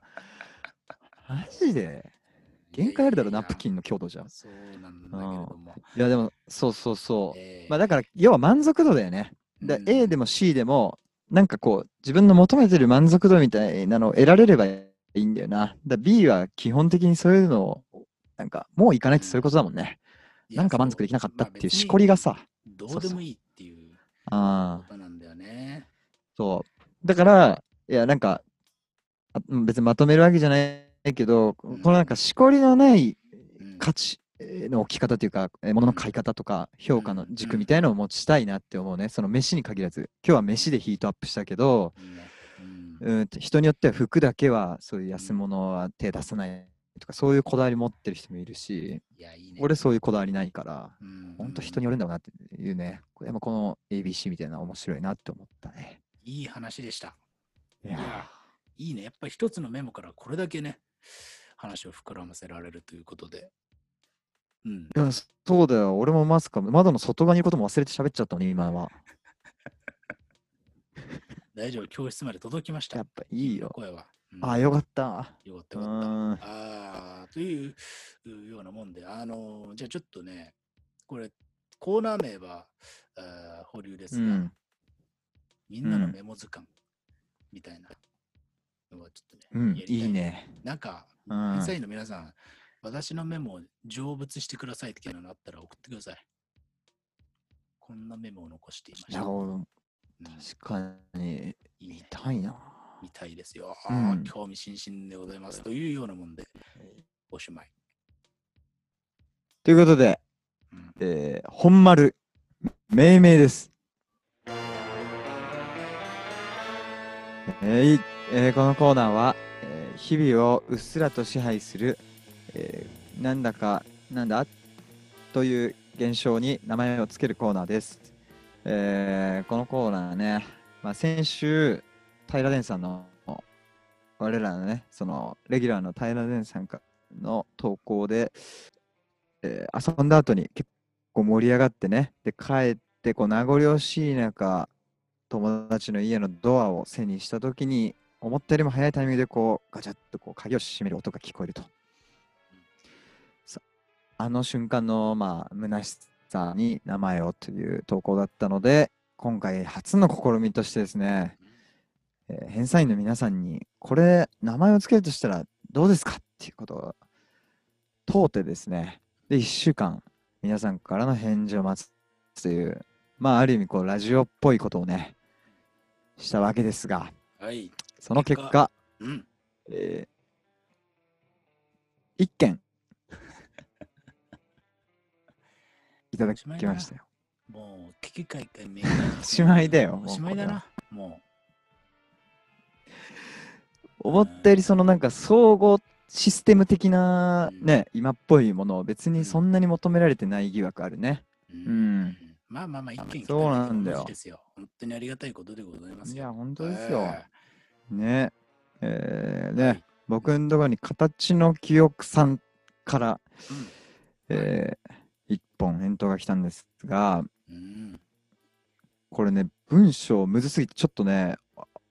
マジで (laughs) 限界あるだろ、ナプキ
ン。
ンの強度じゃん。
そうなんだけれども。
いや、でも、そうそうそう。
えー
まあ、だから、要は満足度だよね。だ
うん
A でも C でも、なんかこう、自分の求めてる満足度みたいなのを得られればいいんだよな。だ B は基本的にそういうのを、なんか、もう行かないってそういうことだもんね。
いや
なんか満
そ
足
う
できなかったってい
ま
う
あ
しこりがさ。
別にどうでもいいっていう
ああ
こ。となんだよね。
そう。だから、いや、なんか、あうん別にまとめるわけじゃないけど、こ
うん
このなんか、しこりのない
うん
価値えーの置き方というか、えー物の買い方とか、評価の軸みたいのを持ちたいなって思うね。その飯に限らず。今日は飯でヒートアップしたけど、
いいねうん
うん、人によっては服だけは、そういう安物は手出さないとか、そういうこだわり持ってる人もいるし、
いや、いいね。
俺そういうこだわりないから、
うん、
ほんと人によるんだろうなっていうね。これもこの ABC みたいなの面白いなって思ったね。
いい話でした。
い
いやいいね。やっぱり一つのメモからこれだけね、話を膨らませられるということで。うん。
いや、そそうだよ。俺もマスク、窓の外側にいることも忘れて喋っちゃったね、今は。
大丈夫、教室まで届きました。
やっぱいい
君の
よ。
声は。うん
あ、よかった。
よかった
う
よかった。
ん。
あーといううようなもんで、あのーじゃあちょっとね、これ、コーナー名は、あー保留です
う
が、
ん。
みんなの
うん
メモ図鑑みたいなのはちょっと
う
ね、
ん
やりた
いい。ね。
なんか、
うん
審査員の皆さん、私のメモを成仏してくださいっていうのがあったら送ってください。こんなメモを残していまし
い
た。
や、
うん
俺確かに、
いいね
痛いな。
みたいですよ。
うん
あー興味津々でございます。というようなもんで、おしまい。
ということで、
うん
えー本丸、命名です。えーいえーこのコーナーは、えー日々をうっすらと支配する、えーなんだかなんだという現象に名前をつけるコーナーです。えーこのコーナーね、まあ、先週、平田さんの、我らのね、そのレギュラーの平田さんかの投稿で、えー遊んだ後に結構盛り上がってね、で帰ってこう名残惜しい中、友達の家のドアを背にした時に、思ったよりも早いタイミングでこうガチャッとこう鍵を閉める音が聞こえると。さあの瞬間の、まあ、虚しさに名前をという投稿だったので、今回初の試みとしてですね、えー編纂員の皆さんに、これ、名前を付けるとしたらどうですかっていうことを問うてですね、で、1週間、皆さんからの返事を待つという、まあ、ある意味、こう、ラジオっぽいことをね、したわけですが、
はい。
その結果、
うん。
えー、1件、
(laughs)
いただきましたよ。
もう、危機開会明
おしまいだよ
おしまいだな。も
思ったよりそのなんか総合システム的な
うん
ね、今っぽいものを別
う
に
ん
そんなに求められてない疑惑あるね。
う。う
うん。
まあまあまあ、一見
そうなんだよ
ですよ。本当にありがたいことでございます
い
よ。
や、本当ですよ。
え
ね。えー、
えは
ね
い、
僕のところに形の記憶さんから、
うん
えー、一本返答が来たんですが、
うん。
これね、文章むずすぎて、ちょっとね、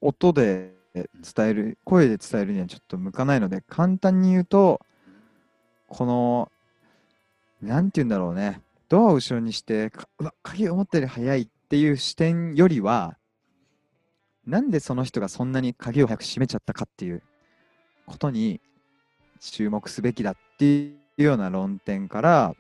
音で伝える、声で伝えるにはちょっと向かないので、簡単に言うと、この、なんて言うんだろうね、ドアを後ろにして、かうわ鍵を持ったより早いっていう視点よりは、なんでその人がそんなに鍵を早く閉めちゃったかっていうことに注目すべきだっていうような論点から、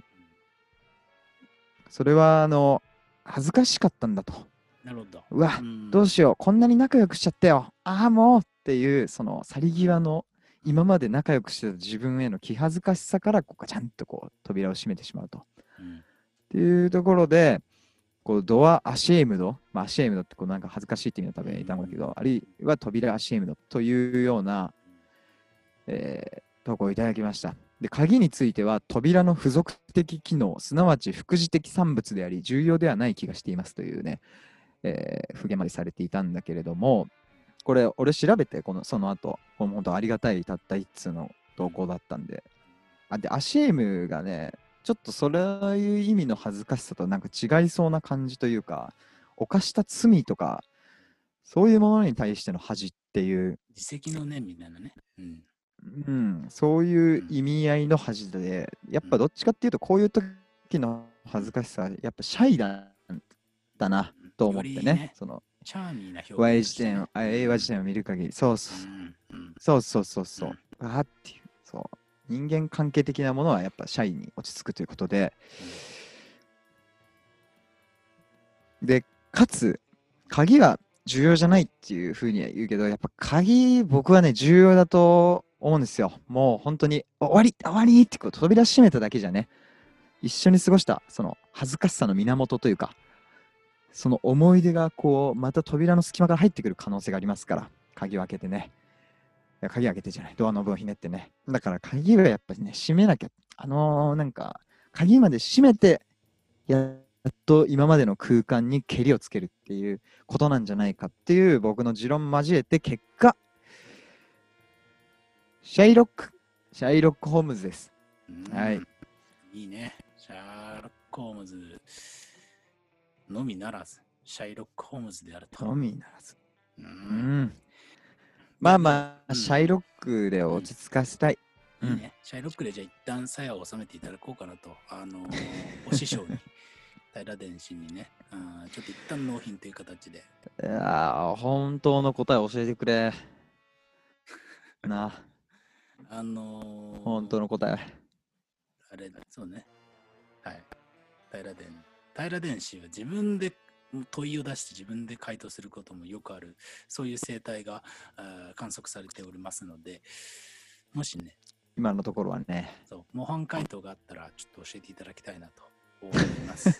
それは、あの、恥ずかしかったんだと。
なるほど。
うわ、
ん
どうしよう、こんなに仲良くしちゃったよ。ああ、もうっていう、その去り際の今まで仲良くしてた自分への気恥ずかしさから、こうガチャンとこう扉を閉めてしまうと。っ
うん
ていうところで、こうドアアシェイムド、まあ、アシェイムドってこうなんか恥ずかしいって意味の多分いたんだけど、あるいは扉アシェイムドというような、えー投稿をいただきました。で鍵については扉の付属的機能すなわち副次的産物であり重要ではない気がしていますというね、えー、不言までされていたんだけれどもこれ俺調べてこのその後この本当ありがたいたった一通の投稿だったんであでアシエムがねちょっとそれいう意味の恥ずかしさとなんか違いそうな感じというか犯した罪とかそういうものに対しての恥っていう
自責の念みたいなね。うん。
うん、そういう意味合いの恥で、やっぱどっちかっていうと、こういう時の恥ずかしさは、やっぱシャイだだな
うん
と思って
よ
ね、
りね
その
チャーミーな表現を
Y
し
辞
てね。
典を、あ英和辞典を見る限り、そうそううん
うん
そうそうそうそう、あーっていう、そう、人間関係的なものはやっぱシャイに落ち着くということで、で、かつ、鍵は重要じゃないっていうふうには言うけど、やっぱ鍵、僕はね、重要だと思うんですよ。もう本当に、お終わり、終わりってこう扉閉めただけじゃね、一緒に過ごした、その恥ずかしさの源というか、その思い出がこう、また扉の隙間から入ってくる可能性がありますから、鍵を開けてね。いや鍵開けてじゃない、ドアノブをひねってね。だから鍵はやっぱりね、閉めなきゃ。あのーなんか、鍵まで閉めて、やっと今までの空間にけりをつけるっていうことなんじゃないかっていう僕の持論交えて結果シャイロックシャイロック・ホームズです
うん
はい。
いいね。シャーロック・ホームズのみならず、シャイロック・ホームズであると。
のみならず
う
うんんまあま
う
あ
ん
シャイロックで落ち着かせたい
いいね。シャイロックでじゃあ一旦さやを収めていただこうかなと。あのー、お師匠に、
(laughs)
平田氏にね、あーちょっと一旦納品という形で。
いやー本当の答え教えてくれな
あのー、
本当の答え
あれだ、そうね。はい。平田平田氏は自分で問いを出して自分で回答することもよくある、そういう生態があー観測されておりますので、もしね、
今のところはね
そう模範回答があったら、ちょっと教えていただきたいなと思い
(laughs)
ます。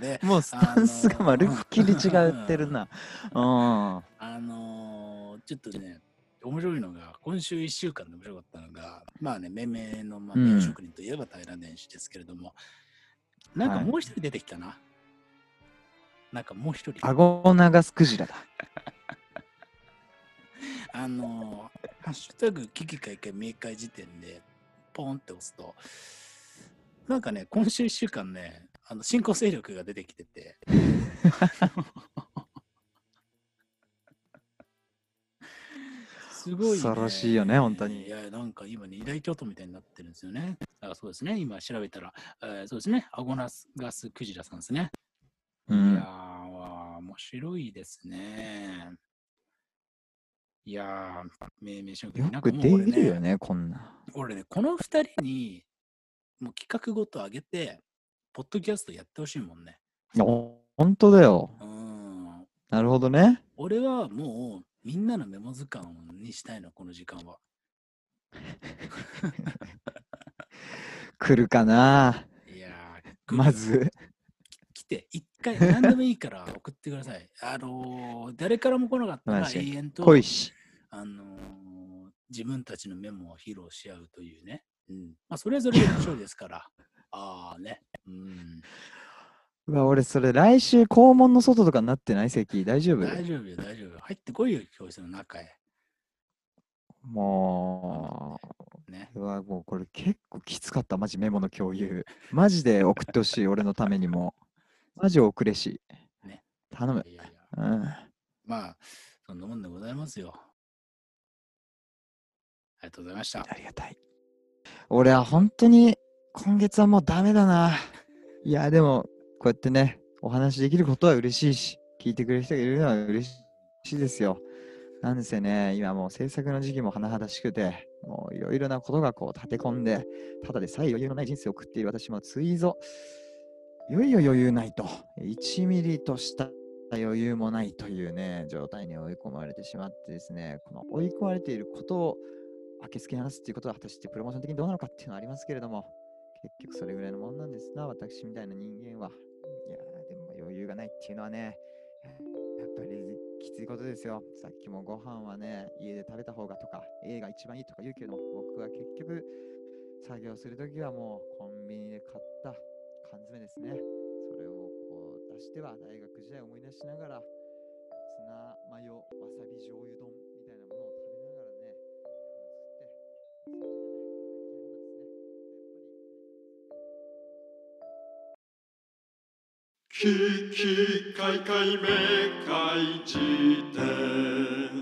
で、
もうスタンスがまるっきり違ってるなうん
あのーちょっとね、面白いのが、今週1週間で面白かったのが、まあね、命名の、まあ、
うん
名職人といえば平田氏ですけれども、なんか
はい
もう一人出てきたな。なんかもう一人、あ
顎を流すクジラだ
のーハッシュタグ、危機開会、明快時点で、ポンって押すと、なんかね、今週1週間ね、あの新興勢力が出てきてて、すごい、ね。
恐ろしいよね本当に
いや、なんか今ね、二大京都みたいになってるんですよね。あそうですね、今調べたら、えーそうですね、アゴナスガスクジラさんですね。
う
いや
ん
ー、面白いですね。いやー、命名書
よく出るよね、こんな。
俺ね、この二人に、もう企画ごと上げて、ポッドキャストやってほしいもんね。
いや、ほんとだよ。
うん。
なるほどね。
俺はもう、みんなのメモ図鑑にしたいの、この時間は。
来るかない
やー、
まず。
来て、一回、何でもいいから送ってください。あのー誰からも来なかった
(laughs) ま
ら
あ
永遠と、
恋し。
あのー自分たちのメモを披露し合うという (laughs) ね。うん。まあ、それぞれの勝利ですから。ああね。うん。
うわ、俺それ来週校門の外とかになってない席大丈夫
大丈夫よ、大丈夫よ。入ってこいよ、教室の中へ。
も
ね。
う、うわ、もうこれ結構きつかった、マジメモの共有。マジで送ってほしい、俺のためにも。マジ送れし。
ね
頼む。
いやいやいや
うん。
まあ、そんなもんでございますよ。ありがとうございました。
ありがたい。俺は本当に今月はもうダメだな。いや、でも、こうやってね、お話できることは嬉しいし、聞いてくれる人がいるのは嬉しいですよ。なんせね、今もう制作の時期も甚だしくて、もういろいろなことがこう立て込んで、ただでさえ余裕のない人生を送っている私もついぞ、いよいよ余裕ないと、1ミリとした余裕もないというね、状態に追い込まれてしまってですね、この追い込まれていることを明けすけに話すっていうことは果たしてプロモーション的にどうなのかっていうのはありますけれども、結局それぐらいのもんなんですな、私みたいな人間は。いやー、でも余裕がないっていうのはね、やっぱりきついことですよ。さっきもご飯はね、家で食べた方がとか、映画一番いいとか言うけども、僕は結局、作業するときはもうコンビニで買った缶詰ですね。それをこう出しては大学時代を思い出しながら、ツナマヨ、わさび醤油丼みたいなものを食べながらね、作って、その時はね、なんかできるものなんですね。やっぱり、
危機開会明会辞典